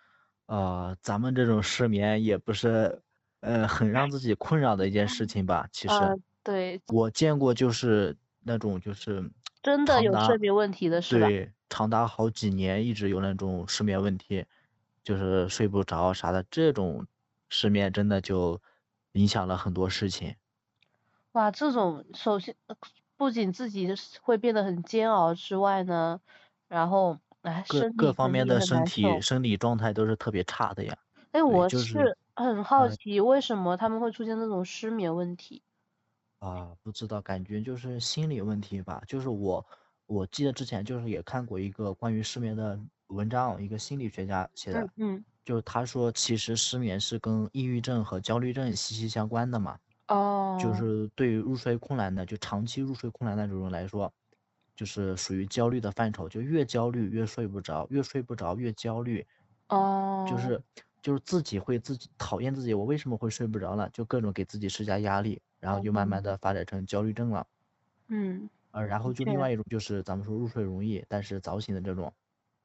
Speaker 2: 呃，咱们这种失眠也不是，呃，很让自己困扰的一件事情吧。其实，
Speaker 1: 嗯，对，
Speaker 2: 我见过就是那种就是
Speaker 1: 真的
Speaker 2: 长
Speaker 1: 有睡
Speaker 2: 达，
Speaker 1: 眠问题的是吧？
Speaker 2: 对，长达好几年一直有那种失眠问题，就是睡不着啥的，这种失眠真的就影响了很多事情。
Speaker 1: 哇，这种首先呃不仅自己是会变得很煎熬之外呢，然后哎，
Speaker 2: 各
Speaker 1: 身
Speaker 2: 各
Speaker 1: 体
Speaker 2: 方
Speaker 1: 肯
Speaker 2: 面
Speaker 1: 定也
Speaker 2: 的
Speaker 1: 很
Speaker 2: 身
Speaker 1: 难
Speaker 2: 体
Speaker 1: 受。
Speaker 2: 生理状态都是特别差的呀。
Speaker 1: 哎，
Speaker 2: 对，
Speaker 1: 我
Speaker 2: 就是
Speaker 1: 是很好
Speaker 2: 啊。
Speaker 1: 奇，为什么他们会出现这种失眠问题？
Speaker 2: 啊，不知道，感觉就是心理问题吧。就是我，我记得之前就是也看过一个关于失眠的文章，一个心理学家写
Speaker 1: 嗯
Speaker 2: 的，
Speaker 1: 嗯，
Speaker 2: 就是他说其实失眠是跟抑郁症和焦虑症息息相关的嘛。就
Speaker 1: 哦，
Speaker 2: 是对于入睡困难的，就长期入睡困难的这种人来说，就是属于焦虑的范畴，就越焦虑越睡不着，越睡不着越焦虑，
Speaker 1: 哦，
Speaker 2: 就是就是自己会自己讨厌自己，我为什么会睡不着呢？就各种给自己施加压力，然后就慢慢的发展成焦虑症了。
Speaker 1: 嗯
Speaker 2: 呃，然后就另
Speaker 1: 确
Speaker 2: 外一种就是咱们说入睡容易，但是早醒的这种，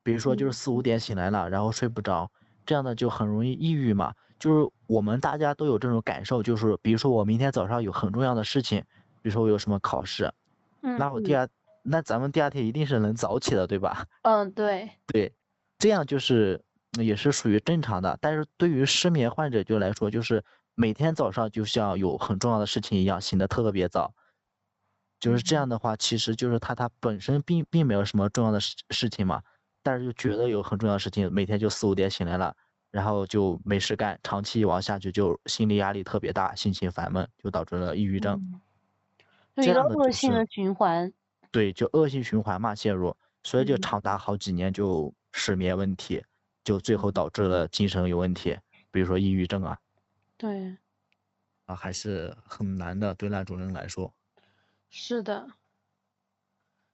Speaker 2: 比如说就
Speaker 1: 嗯
Speaker 2: 是四五点醒来了，然后睡不着，这样呢就很容易抑郁嘛。就是我们大家都有这种感受，就是比如说我明天早上有很重要的事情，比如说我有什么考试，
Speaker 1: 嗯
Speaker 2: 那我第二，那咱们第二天一定是能早起的，对吧？
Speaker 1: 嗯，对，
Speaker 2: 这样就是嗯也是属于正常的。但是对于失眠患者就来说，就是每天早上就像有很重要的事情一样，醒得特别早。就是这样的话，其实就是他他本身并并没有什么重要的事事情嘛，但是就觉得有很重要的事情，每天就四五点醒来了，然后就没事干，长期以往下去就心理压力特别大，心情烦闷，就导致了抑郁症。
Speaker 1: 嗯，就
Speaker 2: 这
Speaker 1: 一个
Speaker 2: 样的
Speaker 1: 恶
Speaker 2: 就
Speaker 1: 性
Speaker 2: 是
Speaker 1: 的循环，
Speaker 2: 对，就恶性循环嘛，陷入，所以就
Speaker 1: 嗯
Speaker 2: 长达好几年就失眠问题，就最
Speaker 1: 嗯
Speaker 2: 后导致了精神有问题，比如说抑郁症啊，
Speaker 1: 对，
Speaker 2: 啊还是很难的，对那种人来说。
Speaker 1: 是的，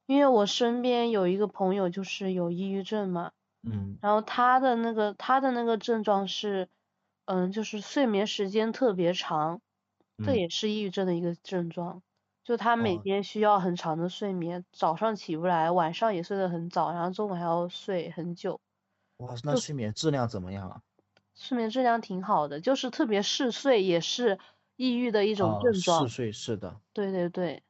Speaker 1: 因为我身边有一个朋友就是有抑郁症嘛，
Speaker 2: 嗯
Speaker 1: 然后他的那个他的那个症状是，嗯，就是睡眠时间特别长，这
Speaker 2: 嗯，
Speaker 1: 也是抑郁症的一个症状。就他每
Speaker 2: 哦
Speaker 1: 天需要很长的睡眠，早上起不来，晚上也睡得很早，然后中午还要睡很久，
Speaker 2: 哇，那
Speaker 1: 就
Speaker 2: 睡眠质量怎么样啊？
Speaker 1: 睡眠质量挺好的，就是特别嗜睡也是抑郁的一种
Speaker 2: 啊，
Speaker 1: 症
Speaker 2: 嗜
Speaker 1: 状。
Speaker 2: 睡是的，
Speaker 1: 对对对，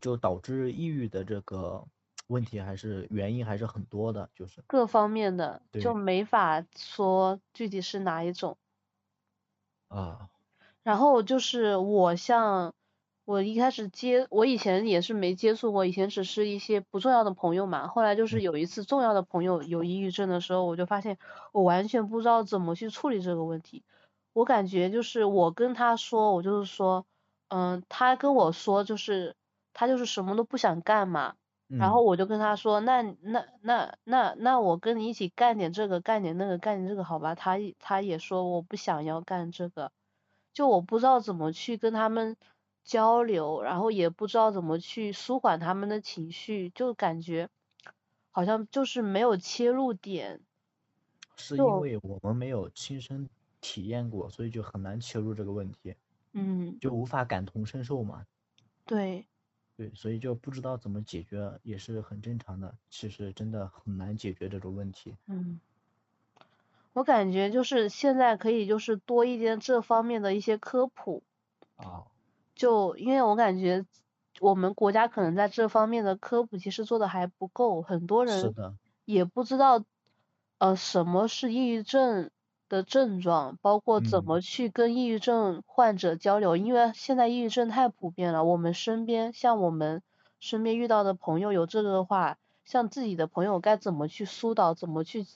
Speaker 2: 就导致抑郁的这个问题还是原因还是很多的，就是
Speaker 1: 各方面的就
Speaker 2: 对
Speaker 1: 没法说具体是哪一种。
Speaker 2: 啊，
Speaker 1: 然后就是我像我一开始接，我以前也是没接触过，以前只是一些不重要的朋友嘛。后来就是
Speaker 2: 嗯
Speaker 1: 有一次重要的朋友有抑郁症的时候，我就发现我完全不知道怎么去处理这个问题。我感觉就是我跟他说，我就是说，嗯，他跟我说就是他就是什么都不想干嘛。然后
Speaker 2: 嗯
Speaker 1: 我就跟他说，那你那那那那我跟你一起干点这个，干点那个，干点这个，好吧？他也他也说我不想要干这个，就我不知道怎么去跟他们交流，然后也不知道怎么去舒缓他们的情绪，就感觉好像就是没有切入点，
Speaker 2: 是因
Speaker 1: 就
Speaker 2: 为我们没有亲身体验过，所以就很难切入这个问题，
Speaker 1: 嗯，
Speaker 2: 就无法感同身受嘛。
Speaker 1: 对，
Speaker 2: 对，所以就不知道怎么解决，也是很正常的。其实真的很难解决这种问题。
Speaker 1: 嗯。我感觉就是现在可以就是多一点这方面的一些科普，
Speaker 2: 啊，
Speaker 1: 就因为我感觉我们国家可能在这方面的科普其实做的还不够，很多
Speaker 2: 是
Speaker 1: 人
Speaker 2: 的，
Speaker 1: 也不知道呃什么是抑郁症的症状，包括怎
Speaker 2: 嗯，
Speaker 1: 么去跟抑郁症患者交流，因为现在抑郁症太普遍了，我们身边像我们身边遇到的朋友有这个的话，像自己的朋友该怎么去疏导，怎么去。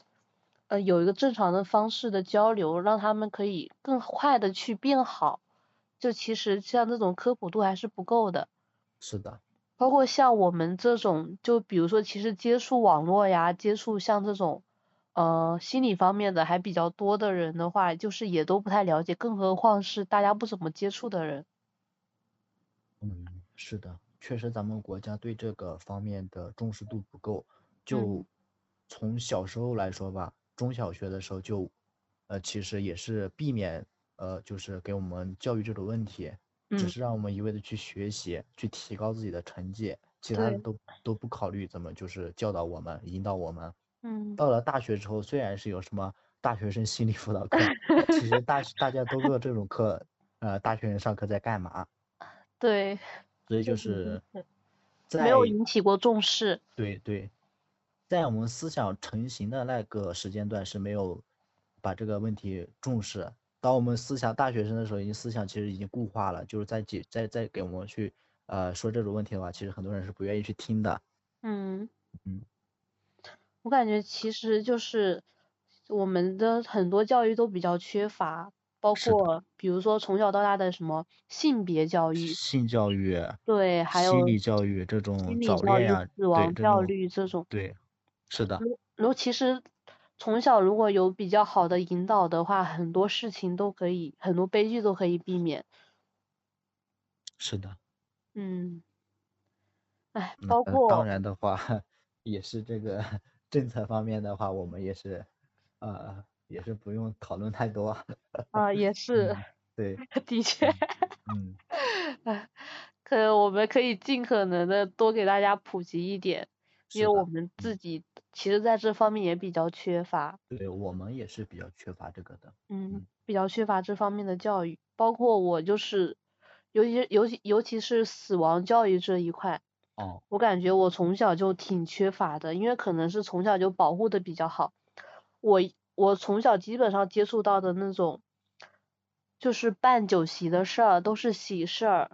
Speaker 1: 呃，有一个正常的方式的交流，让他们可以更快的去变好。就其实像这种科普度还是不够的，
Speaker 2: 是的，
Speaker 1: 包括像我们这种，就比如说其实接触网络呀，接触像这种，呃，心理方面的还比较多的人的话，就是也都不太了解，更何况是大家不怎么接触的人。
Speaker 2: 嗯，是的，确实咱们国家对这个方面的重视度不够。就
Speaker 1: 嗯
Speaker 2: 从小时候来说吧，中小学的时候就，呃，其实也是避免，呃，就是给我们教育这种问题，只
Speaker 1: 嗯，
Speaker 2: 是让我们一味的去学习，去提高自己的成绩，其他的
Speaker 1: 对，
Speaker 2: 都都不考虑怎么就是教导我们、引导我们。
Speaker 1: 嗯，
Speaker 2: 到了大学之后，虽然是有什么大学生心理辅导课，其实大大家都知道这种课，呃，大学生上课在干嘛，
Speaker 1: 对，
Speaker 2: 所以
Speaker 1: 确
Speaker 2: 就
Speaker 1: 实就是是没有
Speaker 2: 在
Speaker 1: 引起过重视。
Speaker 2: 对对，在我们思想成型的那个时间段是没有把这个问题重视。当我们思想大学生的时候，已经思想其实已经固化了，就是在解在在给我们去呃说这种问题的话，其实很多人是不愿意去听的。
Speaker 1: 嗯。
Speaker 2: 嗯，
Speaker 1: 我感觉其实就是我们的很多教育都比较缺乏，包
Speaker 2: 是的，
Speaker 1: 括比如说从小到大的什么性别教育，
Speaker 2: 性教育、
Speaker 1: 对，还
Speaker 2: 心
Speaker 1: 有
Speaker 2: 理教育这种
Speaker 1: 心理
Speaker 2: 早
Speaker 1: 教
Speaker 2: 恋
Speaker 1: 育、
Speaker 2: 啊，
Speaker 1: 死
Speaker 2: 对
Speaker 1: 亡
Speaker 2: 这
Speaker 1: 教
Speaker 2: 种，
Speaker 1: 育这种。
Speaker 2: 对，是的，
Speaker 1: 如然后其实从小如果有比较好的引导的话，很多事情都可以，很多悲剧都可以避免。
Speaker 2: 是的。
Speaker 1: 嗯，哎，
Speaker 2: 嗯
Speaker 1: 包
Speaker 2: 呃当
Speaker 1: 括
Speaker 2: 然的话， (laughs) 也是这个政策方面的话，我们也是，呃，也是不用讨论太多。
Speaker 1: 啊，也是，
Speaker 2: 嗯，对，
Speaker 1: 的确，
Speaker 2: 嗯嗯，
Speaker 1: 哎，可我们可以尽可能的多给大家普及一点，因为
Speaker 2: 是
Speaker 1: 我
Speaker 2: 的，
Speaker 1: 们自
Speaker 2: 嗯，
Speaker 1: 己其实在这方面也比较缺乏，
Speaker 2: 对，我们也是比较缺乏这个的。
Speaker 1: 嗯，
Speaker 2: 嗯
Speaker 1: 比较缺乏这方面的教育，包括我就是，尤其尤其尤其是死亡教育这一块，
Speaker 2: 哦，
Speaker 1: 我感觉我从小就挺缺乏的，因为可能是从小就保护的比较好，我我从小基本上接触到的那种。就是办酒席的事儿都是喜事儿，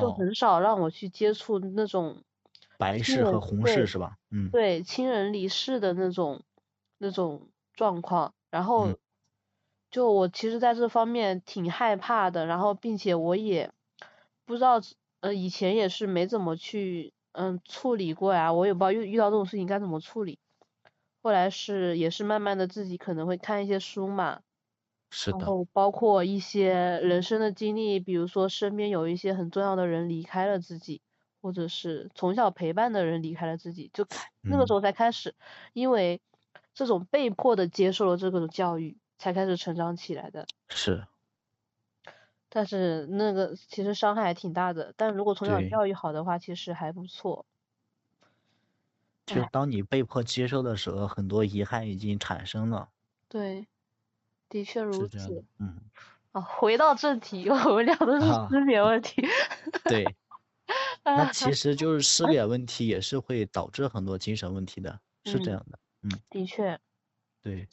Speaker 1: 就
Speaker 2: 哦，
Speaker 1: 很少让我去接触那种
Speaker 2: 白
Speaker 1: 亲
Speaker 2: 事和
Speaker 1: 人，
Speaker 2: 红事
Speaker 1: 对
Speaker 2: 是吧？嗯
Speaker 1: 对，亲人离世的那种那种状况。然
Speaker 2: 嗯
Speaker 1: 后就我其实在这方面挺害怕的，然后并且我也不知道，呃，以前也是没怎么去嗯处理过呀，我也不知道遇遇到这种事情该怎么处理。后来是也是慢慢的自己可能会看一些书嘛。
Speaker 2: 是
Speaker 1: 然
Speaker 2: 的，
Speaker 1: 后包括一些人生的经历，比如说身边有一些很重要的人离开了自己，或者是从小陪伴的人离开了自己，就开那个时
Speaker 2: 嗯
Speaker 1: 候才开始，因为这种被迫的接受了这种教育，才开始成长起来的。
Speaker 2: 是，
Speaker 1: 但是那个其实伤害还挺大的，但如果从小
Speaker 2: 对。
Speaker 1: 教育好的话，其实还不错。
Speaker 2: 就
Speaker 1: 哎，
Speaker 2: 当你被迫接受的时候，很多遗憾已经产生了，
Speaker 1: 对，的确
Speaker 2: 是
Speaker 1: 如
Speaker 2: 这样的。
Speaker 1: 此。
Speaker 2: 嗯
Speaker 1: 啊，回到正题， (laughs) 我们聊的是
Speaker 2: 啊，
Speaker 1: 失眠问题。
Speaker 2: 对。那
Speaker 1: (laughs) 啊，
Speaker 2: 其实就是失联问题也是会导致很多精神问题的，是
Speaker 1: 嗯，
Speaker 2: 这样的。嗯，
Speaker 1: 的确。
Speaker 2: 对，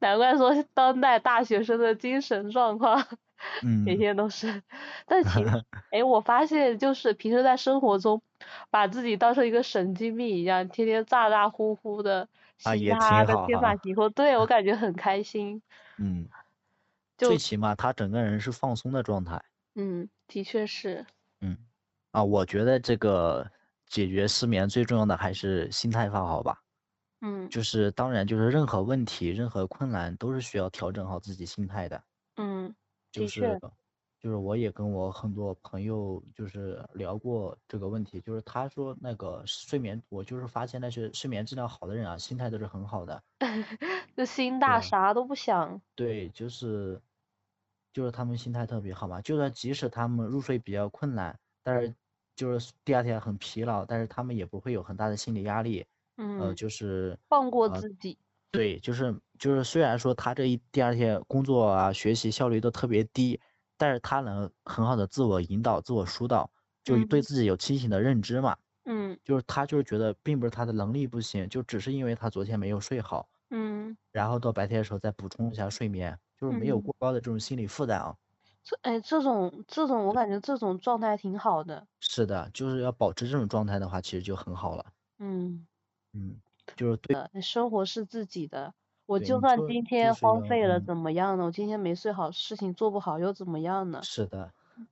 Speaker 1: 难怪说当代大学生的精神状况每
Speaker 2: 嗯，
Speaker 1: 天都是，但其
Speaker 2: (laughs)
Speaker 1: 实，哎，我发现就是平时在生活中，把自己当成一个神经病一样，天天咋咋呼呼的、
Speaker 2: 啊，
Speaker 1: 嘻嘻
Speaker 2: 也
Speaker 1: 哈哈
Speaker 2: 挺
Speaker 1: 的、
Speaker 2: 好
Speaker 1: 天马
Speaker 2: 哈。
Speaker 1: 行空，对我感觉很开心，
Speaker 2: 嗯，最
Speaker 1: 就
Speaker 2: 起码他整个人是放松的状态。
Speaker 1: 嗯，的确是，
Speaker 2: 嗯，啊，我觉得这个解决失眠最重要的还是心态放好吧。
Speaker 1: 嗯
Speaker 2: 就是当然，就是任何问题、任何困难都是需要调整好自己心态的。
Speaker 1: 嗯，
Speaker 2: 就
Speaker 1: 的
Speaker 2: 是
Speaker 1: 确，
Speaker 2: 就是我也跟我很多朋友就是聊过这个问题，就是他说那个睡眠，我就是发现那些睡眠质量好的人啊，心态都是很好的。
Speaker 1: 就心
Speaker 2: 对
Speaker 1: 大
Speaker 2: 啊，
Speaker 1: 啥都不想，
Speaker 2: 对，就是就是他们心态特别好嘛，就算即使他们入睡比较困难，但是就是第二天很疲劳，但是他们也不会有很大的心理压力。呃，
Speaker 1: 嗯，
Speaker 2: 就是
Speaker 1: 放过
Speaker 2: 呃，
Speaker 1: 自己，
Speaker 2: 对，就是就是虽然说他这一第二天工作啊、学习效率都特别低，但是他能很好的自我引导、自我疏导，就对
Speaker 1: 嗯
Speaker 2: 自己有清醒的认知嘛。
Speaker 1: 嗯
Speaker 2: 就是他就是觉得并不是他的能力不行，就只是因为他昨天没有睡好，
Speaker 1: 嗯
Speaker 2: 然后到白天的时候再补充一下睡眠，就是没有
Speaker 1: 嗯。
Speaker 2: 过高的这种心理负担啊。
Speaker 1: 这哎，这种这种，我感觉这种状态挺好的。
Speaker 2: 是的，就是要保持这种状态的话，其实就很好了。
Speaker 1: 嗯，
Speaker 2: 嗯，就是对
Speaker 1: 呃生活是自己的，我
Speaker 2: 对，
Speaker 1: 就
Speaker 2: 你
Speaker 1: 算
Speaker 2: 就
Speaker 1: 今
Speaker 2: 就
Speaker 1: 天
Speaker 2: 是
Speaker 1: 荒
Speaker 2: 要
Speaker 1: 废了
Speaker 2: 嗯，
Speaker 1: 怎么样呢？我今天没睡好，事情做不好又怎么样呢？
Speaker 2: 是的。
Speaker 1: 嗯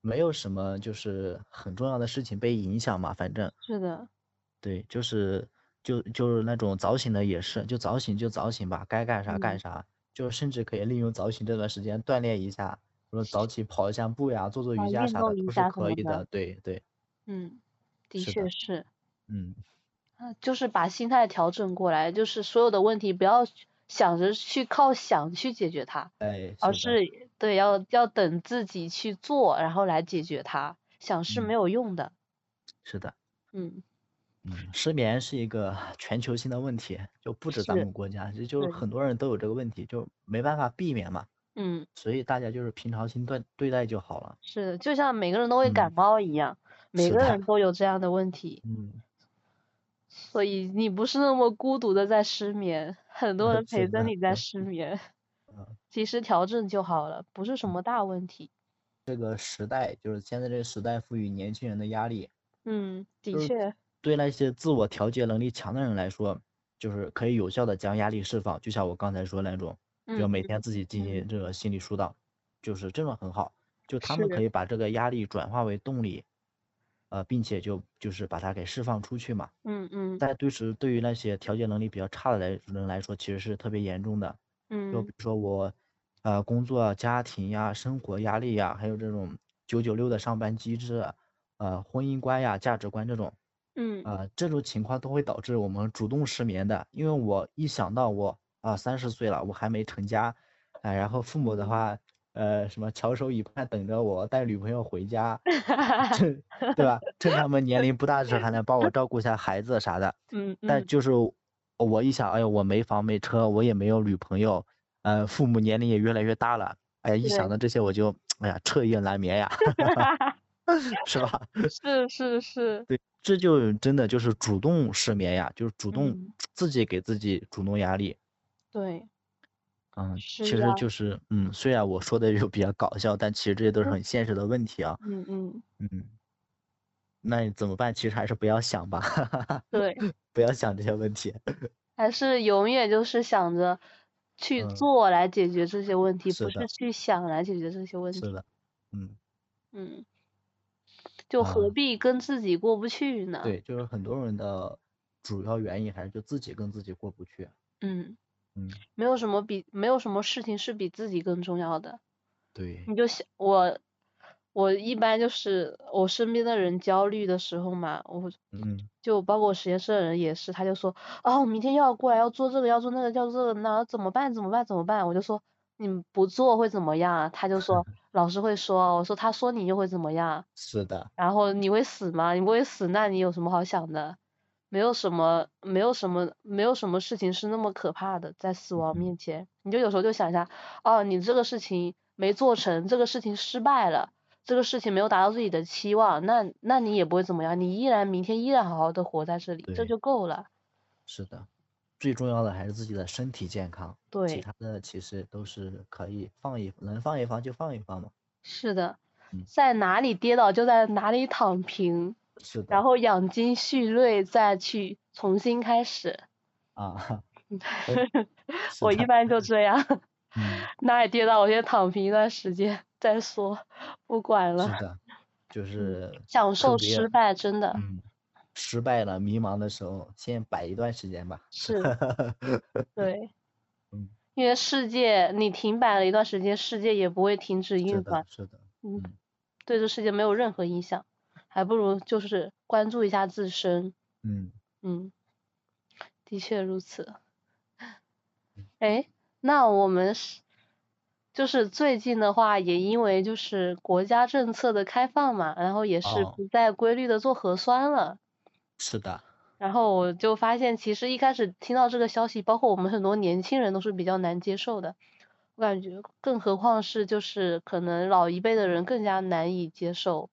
Speaker 2: 没有什么就是很重要的事情被影响嘛，反正
Speaker 1: 是的，
Speaker 2: 对，就是就就是那种早醒的也是，就早醒就早醒吧，该干啥干
Speaker 1: 嗯，
Speaker 2: 啥，就甚至可以利用早醒这段时间锻炼一下，什么早起跑一下步呀，做做
Speaker 1: 啊，
Speaker 2: 瑜伽
Speaker 1: 运
Speaker 2: 啥
Speaker 1: 动
Speaker 2: 的
Speaker 1: 一
Speaker 2: 都是
Speaker 1: 下什
Speaker 2: 可
Speaker 1: 么
Speaker 2: 以
Speaker 1: 的，
Speaker 2: 的。对对，
Speaker 1: 嗯，的
Speaker 2: 是
Speaker 1: 确
Speaker 2: 的，
Speaker 1: 是，
Speaker 2: 嗯，
Speaker 1: 啊，就是把心态调整过来，就是所有的问题不要去想着去靠想去解决它，
Speaker 2: 哎，
Speaker 1: 而
Speaker 2: 是的，
Speaker 1: 是对要要等自己去做，然后来解决它，想是没
Speaker 2: 嗯，
Speaker 1: 有用的，
Speaker 2: 是的，
Speaker 1: 嗯，
Speaker 2: 嗯，失眠是一个 (laughs) 全球性的问题，就不止咱
Speaker 1: 是，
Speaker 2: 们国家，这就是
Speaker 1: 对，
Speaker 2: 很多人都有这个问题，就没办法避免嘛，
Speaker 1: 嗯。
Speaker 2: 所以大家就是平常心对对待就好了。
Speaker 1: 是的，就像每个人都会感
Speaker 2: 嗯，
Speaker 1: 冒一样，每
Speaker 2: 是
Speaker 1: 个
Speaker 2: 的，
Speaker 1: 人都有这样的问题，
Speaker 2: 嗯，
Speaker 1: 所以你不是那么孤独的在失眠，很多
Speaker 2: (laughs)
Speaker 1: 人
Speaker 2: 是
Speaker 1: 陪着
Speaker 2: 的，
Speaker 1: 你在失眠，
Speaker 2: 嗯，
Speaker 1: 及时调整就好了，不是什
Speaker 2: 嗯
Speaker 1: 么大问题。
Speaker 2: 这个时代就是现在这个时代赋予年轻人的压力，
Speaker 1: 嗯，的
Speaker 2: 就是
Speaker 1: 确，
Speaker 2: 对那些自我调节能力强的人来说，就是可以有效的将压力释放，就像我刚才说那种，就
Speaker 1: 嗯
Speaker 2: 每天自己
Speaker 1: 嗯，
Speaker 2: 进行这个心理疏导，就是这种很好，就他们可
Speaker 1: 是，
Speaker 2: 以把这个压力转化为动力，呃，并且就就是把它给释放出去嘛。
Speaker 1: 嗯嗯
Speaker 2: 但对是对于那些调节能力比较差的来人来说，其实是特别严重的。就比
Speaker 1: 嗯
Speaker 2: 如说我，呃，工作啊、家庭呀、生活压力呀，还有这种九九六的上班机制啊，呃婚姻观呀、价值观这种，
Speaker 1: 嗯
Speaker 2: 呃这种情况都会导致我们主动失眠的。因为我一想到我啊三十岁了，我还没成家，啊、然后父母的
Speaker 1: 嗯
Speaker 2: 话，呃什么翘首以盼等着我带女朋友
Speaker 1: (laughs)
Speaker 2: 回家，趁对吧？趁他们年龄不大时还能帮我照顾一下孩子啥的。 (laughs)
Speaker 1: 嗯
Speaker 2: 但
Speaker 1: 嗯
Speaker 2: 就是我一想，哎呦，我没房没车，我也没有女朋友，呃，父母年龄也越来越大了，哎呀，一想
Speaker 1: 对，
Speaker 2: 到这些我就，哎呀，彻夜难
Speaker 1: (laughs)
Speaker 2: 眠呀， (laughs) 是吧？
Speaker 1: 是是是，
Speaker 2: 对，这就真的就是主动失眠呀，就是主动
Speaker 1: 嗯，
Speaker 2: 自己给自己主动压力。
Speaker 1: 对，
Speaker 2: 嗯，
Speaker 1: 是
Speaker 2: 其实
Speaker 1: 呀，
Speaker 2: 就是，嗯，虽然我说的就比较搞笑，但其实这些都是很现实的问题啊。
Speaker 1: 嗯
Speaker 2: (laughs)
Speaker 1: 嗯，
Speaker 2: 嗯，那你怎么办？其实还是不要想吧， (laughs)
Speaker 1: 对，
Speaker 2: 不要想这些问题。
Speaker 1: 嗯还是永远就是想着去
Speaker 2: 嗯，
Speaker 1: 做来解决这些问题，不
Speaker 2: 是
Speaker 1: 是
Speaker 2: 的，
Speaker 1: 去想来解决这些问
Speaker 2: 是
Speaker 1: 题。
Speaker 2: 的，嗯
Speaker 1: 嗯，就何
Speaker 2: 啊。
Speaker 1: 必跟自己过不去呢？
Speaker 2: 对，就是很多人的主要原因还是就自己跟自己过不去。
Speaker 1: 嗯，
Speaker 2: 嗯，
Speaker 1: 没有什么比没有什么事情是比自己更重要的。
Speaker 2: 对，
Speaker 1: 你就想我，我一般就是我身边的人焦虑的时候嘛，我
Speaker 2: 嗯
Speaker 1: 就包括我实验室的人也是，他就说啊，我明天又要过来，要做这个，要做那个，要做这个，那怎么办？怎么办？怎么办？我就说你们不做会怎么样啊？他就说老师会说，我说他说你又会怎么样？啊
Speaker 2: 是的，
Speaker 1: 然后你会死吗？你不会死，那你有什么好想的？没有什么，没有什么，没有什么事情是那么可怕的，在死亡
Speaker 2: 嗯，
Speaker 1: 面前，你就有时候就想一下，哦，你这个事情没做成，这个事情失败了，这个事情没有达到自己的期望，那那你也不会怎么样，你依然明天依然好好的活在这里，这
Speaker 2: 对，
Speaker 1: 就够了。
Speaker 2: 是的，最重要的还是自己的身体健康，其
Speaker 1: 对，
Speaker 2: 他的其实都是可以放一，能放一放就放一放嘛。
Speaker 1: 是的，
Speaker 2: 嗯，
Speaker 1: 在哪里跌倒就在哪里躺平，
Speaker 2: 是
Speaker 1: 然
Speaker 2: 的，
Speaker 1: 后养精蓄锐，再去重新开始。 (laughs)
Speaker 2: 啊，哎，是
Speaker 1: 嗯我一
Speaker 2: 的，
Speaker 1: 般就这 (laughs) 样，
Speaker 2: 嗯，
Speaker 1: 哪里跌倒我先躺平一段时间再说，不管
Speaker 2: 是
Speaker 1: 了。
Speaker 2: 的，就
Speaker 1: 嗯，
Speaker 2: 是
Speaker 1: 享
Speaker 2: 特
Speaker 1: 受
Speaker 2: 别，
Speaker 1: 失败，真的
Speaker 2: 嗯，失败了、迷茫的时候，先摆一段时间吧。 (laughs)
Speaker 1: 是对，
Speaker 2: 嗯，
Speaker 1: 因为世界你停摆了一段时间，世界也不会停止
Speaker 2: 是
Speaker 1: 运
Speaker 2: 的，
Speaker 1: 转，
Speaker 2: 是的，
Speaker 1: 嗯，
Speaker 2: 嗯
Speaker 1: 对这世界没有任何影响，还不如就是关注一下自身，
Speaker 2: 嗯。
Speaker 1: 嗯，的确如此。诶，那我们是就是最近的话，也因为就是国家政策的开放嘛，然后也是
Speaker 2: 哦，
Speaker 1: 不再规律的做核酸了。
Speaker 2: 是的，
Speaker 1: 然后我就发现，其实一开始听到这个消息，包括我们很多年轻人都是比较难接受的。我感觉，更何况是就是可能老一辈的人更加难以接受。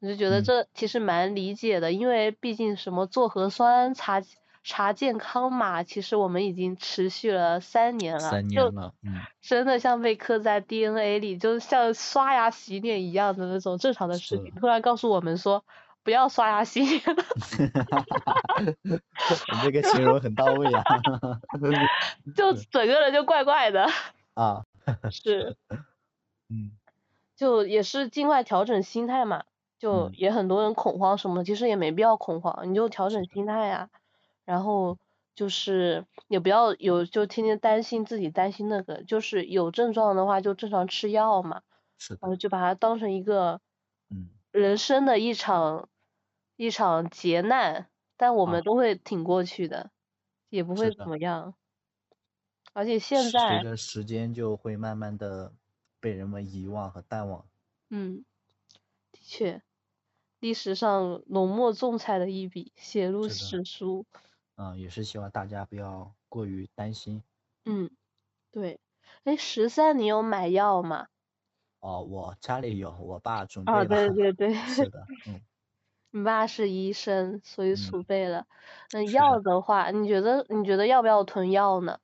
Speaker 1: 我就觉得
Speaker 2: 嗯，
Speaker 1: 这其实蛮理解的，因为毕竟什么做核酸、查查健康码，其实我们已经持续了三年了，
Speaker 2: 三年
Speaker 1: 就
Speaker 2: 了，嗯，
Speaker 1: 真的像被刻在 DNA 里，就像刷牙洗脸一样的那种正常的事
Speaker 2: 是，
Speaker 1: 情，突然告诉我们说不要刷牙洗脸了。
Speaker 2: (laughs) 你这个形容很到位啊， (laughs)
Speaker 1: 就
Speaker 2: 嗯
Speaker 1: 整个人就怪怪
Speaker 2: (laughs)
Speaker 1: 的，
Speaker 2: 啊，
Speaker 1: 是，
Speaker 2: 嗯
Speaker 1: 就也是尽快调整心态嘛，就
Speaker 2: 嗯，
Speaker 1: 也很多人恐慌什么，其实也没必要恐慌，你就调
Speaker 2: 是
Speaker 1: 整
Speaker 2: 的，
Speaker 1: 心态啊，然后就是也不要有就天天担心自己担心那个，就是有症状的话就正常吃药嘛，
Speaker 2: 是
Speaker 1: 然
Speaker 2: 的，
Speaker 1: 后就把它当成一个
Speaker 2: 嗯
Speaker 1: 人生的一场一场劫难，但我们
Speaker 2: 啊，
Speaker 1: 都会挺过去的，也不
Speaker 2: 是
Speaker 1: 会怎
Speaker 2: 的，
Speaker 1: 么样，而且现
Speaker 2: 随
Speaker 1: 在，
Speaker 2: 着时间就会慢慢的被人们遗忘和淡忘，
Speaker 1: 嗯，的确。历史上浓墨重彩的一笔，写入
Speaker 2: 是的，
Speaker 1: 史书。
Speaker 2: 嗯，也是希望大家不要过于担心
Speaker 1: 嗯，对。哎，十三，你有买药吗？
Speaker 2: 哦，我家里有，我爸准
Speaker 1: 啊，
Speaker 2: 备了，
Speaker 1: 对对对，
Speaker 2: 是的，嗯
Speaker 1: (laughs) 你爸是医生，所以
Speaker 2: 嗯，
Speaker 1: 储备了。嗯，
Speaker 2: 是
Speaker 1: 药
Speaker 2: 的，
Speaker 1: 的话，你觉得你觉得要不要囤药呢？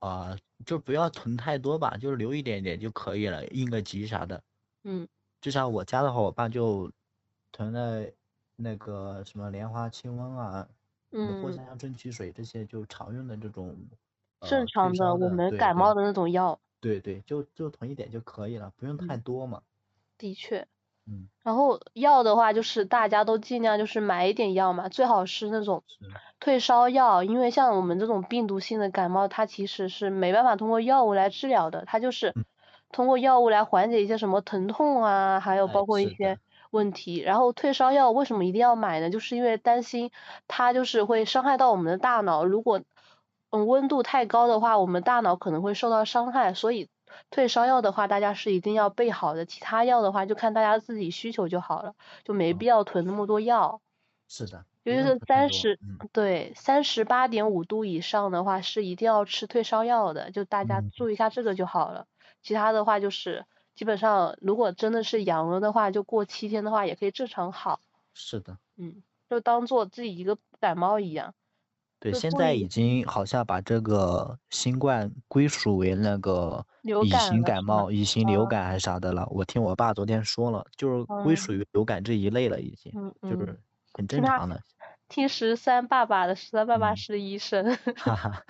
Speaker 2: 啊，就不要囤太多吧，就留一点点就可以了，应个急啥的。
Speaker 1: 嗯
Speaker 2: 就像我家的话，我爸就囤了那个什么莲花清瘟啊，什么藿
Speaker 1: 嗯，
Speaker 2: 香正气水这些就常用的这种
Speaker 1: 正
Speaker 2: 呃退
Speaker 1: 常的
Speaker 2: 烧
Speaker 1: 我
Speaker 2: 的，
Speaker 1: 们
Speaker 2: 对
Speaker 1: 感
Speaker 2: 对
Speaker 1: 冒的那种药。
Speaker 2: 对对，就就囤一点就可以了，不用太
Speaker 1: 嗯，
Speaker 2: 多嘛。
Speaker 1: 的确。
Speaker 2: 嗯，
Speaker 1: 然后药的话，就是大家都尽量就是买一点药嘛，最好是那种
Speaker 2: 是，
Speaker 1: 退烧药，因为像我们这种病毒性的感冒，它其实是没办法通过药物来治疗的，它就是
Speaker 2: 嗯，
Speaker 1: 通过药物来缓解一些什么疼痛啊，还有
Speaker 2: 哎，
Speaker 1: 包括一
Speaker 2: 是
Speaker 1: 些
Speaker 2: 的，
Speaker 1: 问题。然后退烧药为什么一定要买呢？就是因为担心它就是会伤害到我们的大脑，如果嗯温度太高的话，我们大脑可能会受到伤害，所以退烧药的话，大家是一定要备好的。其他药的话，就看大家自己需求就好了，就没
Speaker 2: 嗯
Speaker 1: 必要囤那么多药。
Speaker 2: 是的，
Speaker 1: 尤
Speaker 2: 不
Speaker 1: 其
Speaker 2: 用
Speaker 1: 是
Speaker 2: 囤太
Speaker 1: 三
Speaker 2: 多
Speaker 1: 十，
Speaker 2: 嗯
Speaker 1: 对，三十八点五度以上的话是一定要吃退烧药的，就大家
Speaker 2: 嗯
Speaker 1: 注意一下这个就好了。其他的话就是基本上，如果真的是阳了的话，就过七天的话也可以正常好，
Speaker 2: 是的，
Speaker 1: 嗯，就当做自己一个感冒一样，
Speaker 2: 对，
Speaker 1: 就
Speaker 2: 现
Speaker 1: 注
Speaker 2: 在已
Speaker 1: 意
Speaker 2: 经好像把这个新冠归属为那个
Speaker 1: 流
Speaker 2: 乙
Speaker 1: 感
Speaker 2: 型
Speaker 1: 了
Speaker 2: 感
Speaker 1: 是吗？嗯
Speaker 2: 冒、乙型流感还是啥的了。我听我爸昨天说了，就是归属
Speaker 1: 嗯
Speaker 2: 于流感这一类了，已经
Speaker 1: 嗯
Speaker 2: 就
Speaker 1: 嗯，
Speaker 2: 是很
Speaker 1: 听
Speaker 2: 正
Speaker 1: 他
Speaker 2: 常了。
Speaker 1: 听十三爸爸的，十三爸爸
Speaker 2: 嗯，
Speaker 1: 是医生，(laughs)
Speaker 2: 哈哈，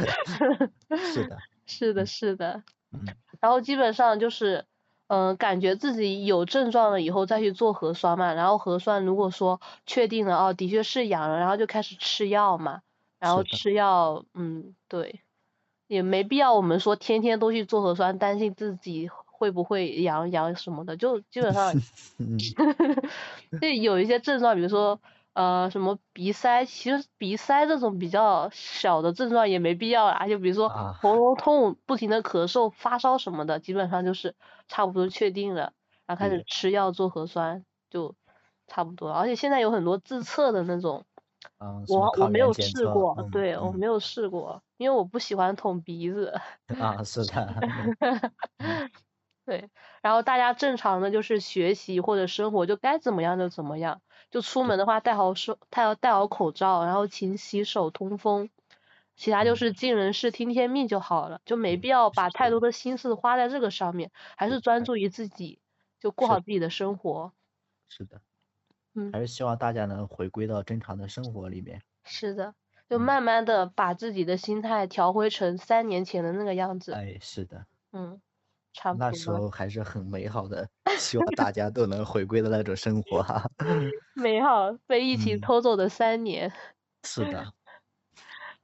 Speaker 2: 是的，
Speaker 1: 是的，
Speaker 2: 嗯
Speaker 1: 是的。
Speaker 2: 嗯，
Speaker 1: 然后基本上就是，嗯、感觉自己有症状了以后再去做核酸嘛，然后核酸如果说确定了哦，的确是阳了，然后就开始吃药嘛，然后
Speaker 2: 是的，
Speaker 1: 吃药，嗯，对，也没必要我们说天天都去做核酸，担心自己会不会阳阳什么的，就基本上， (laughs)
Speaker 2: 嗯，
Speaker 1: 对，有一些症状，比如说。呃，什么鼻塞，其实鼻塞这种比较小的症状也没必要啦。就比如说
Speaker 2: 啊，
Speaker 1: 喉咙痛、不停的咳嗽、发烧什么的，基本上就是差不多确定了，然后开始
Speaker 2: 对的，
Speaker 1: 吃药做核酸就差不多了。而且现在有很多自测的那种，
Speaker 2: 嗯，什么
Speaker 1: 我我
Speaker 2: 抗
Speaker 1: 没
Speaker 2: 原
Speaker 1: 有
Speaker 2: 检
Speaker 1: 试
Speaker 2: 测，
Speaker 1: 过，
Speaker 2: 嗯
Speaker 1: 对，我
Speaker 2: 嗯，
Speaker 1: 没有试过，因为我不喜欢捅鼻子。
Speaker 2: (laughs) 啊，是的，
Speaker 1: (laughs)
Speaker 2: 嗯，
Speaker 1: 对，然后大家正常的就是学习或者生活，就该怎么样就怎么样。就出
Speaker 2: 对，
Speaker 1: 门的话，戴好手，戴好戴好口罩，然后勤洗手通风，其他就
Speaker 2: 嗯，
Speaker 1: 是尽人事听天命就好了，就没
Speaker 2: 对，
Speaker 1: 必要把太
Speaker 2: 是
Speaker 1: 多
Speaker 2: 的，
Speaker 1: 嗯的哎心思花在这个上面，还
Speaker 2: 对
Speaker 1: 是专
Speaker 2: 的，
Speaker 1: 注于自己，就过
Speaker 2: 是
Speaker 1: 好
Speaker 2: 的，
Speaker 1: 自己的生活。
Speaker 2: 是的。
Speaker 1: 嗯，
Speaker 2: 还是希望大家能回归到正常的生活里面。
Speaker 1: 是的，就
Speaker 2: 嗯，
Speaker 1: 慢慢的把自己的心态调回成三年前的那个样子。
Speaker 2: 哎，是的，
Speaker 1: 嗯，差不
Speaker 2: 那时
Speaker 1: 多，
Speaker 2: 候还是很美好
Speaker 1: (laughs)
Speaker 2: 的，希望大家都能回归的那种生活哈。 (laughs)
Speaker 1: 美好被疫情
Speaker 2: 嗯，
Speaker 1: 偷走的三年。
Speaker 2: 是
Speaker 1: (laughs)
Speaker 2: 的，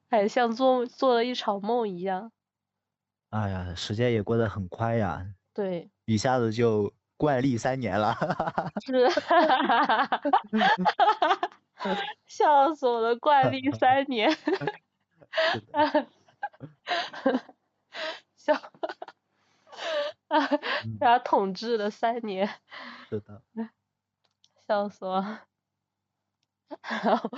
Speaker 1: 哎，像做做了一场梦一样。
Speaker 2: 哎呀，时间也过得很快呀，
Speaker 1: 对，
Speaker 2: 一下子就惯例三年了。 (laughs)
Speaker 1: 是，笑死我了！惯例三年， (laughs)
Speaker 2: 是的，
Speaker 1: 笑，
Speaker 2: 嗯，
Speaker 1: 被他统治了三年，
Speaker 2: 是的，
Speaker 1: 笑死我了。 (laughs) 然后，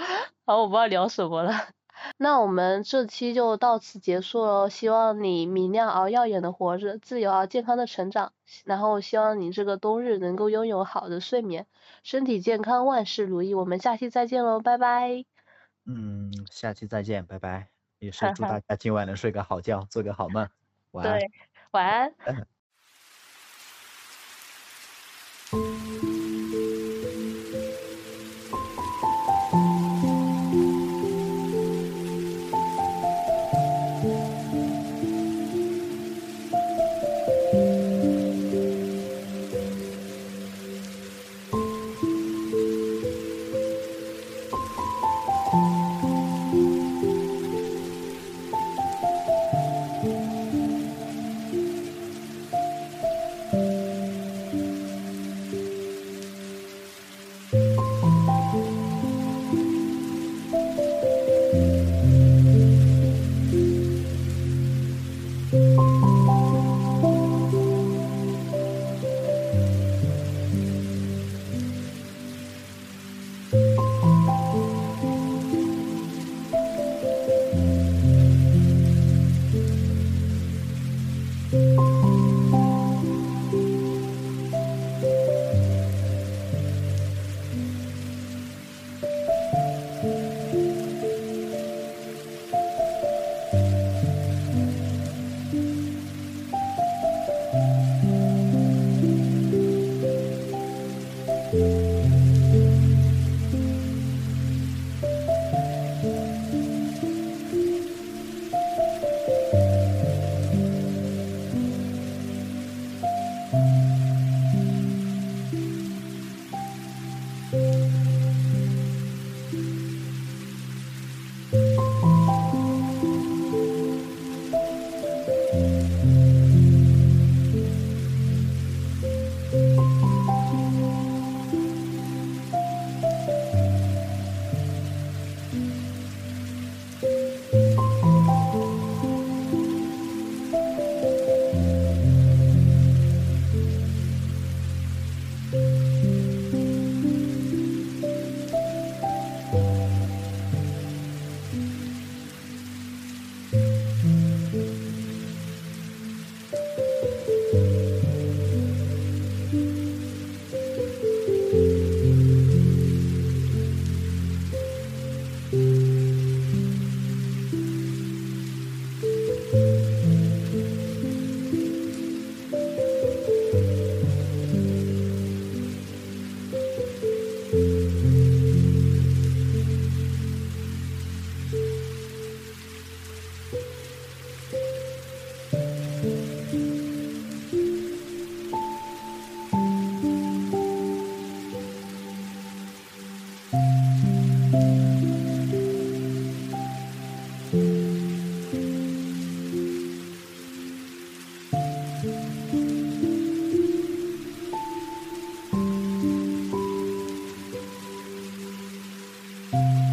Speaker 1: 然后我不知道聊什么了。那我们这期就到此结束喽，希望你明亮而耀眼的活着，自由而健康的成长，然后希望你这个冬日能够拥有好的睡眠，身体健康，万事如意。我们下期再见喽，拜拜。
Speaker 2: 嗯，下期再见，拜拜。也是
Speaker 1: 哈 (laughs)
Speaker 2: 祝
Speaker 1: 哈，
Speaker 2: 大家今晚能睡个好觉，做个好梦，晚安。
Speaker 1: 对，晚安。
Speaker 2: 嗯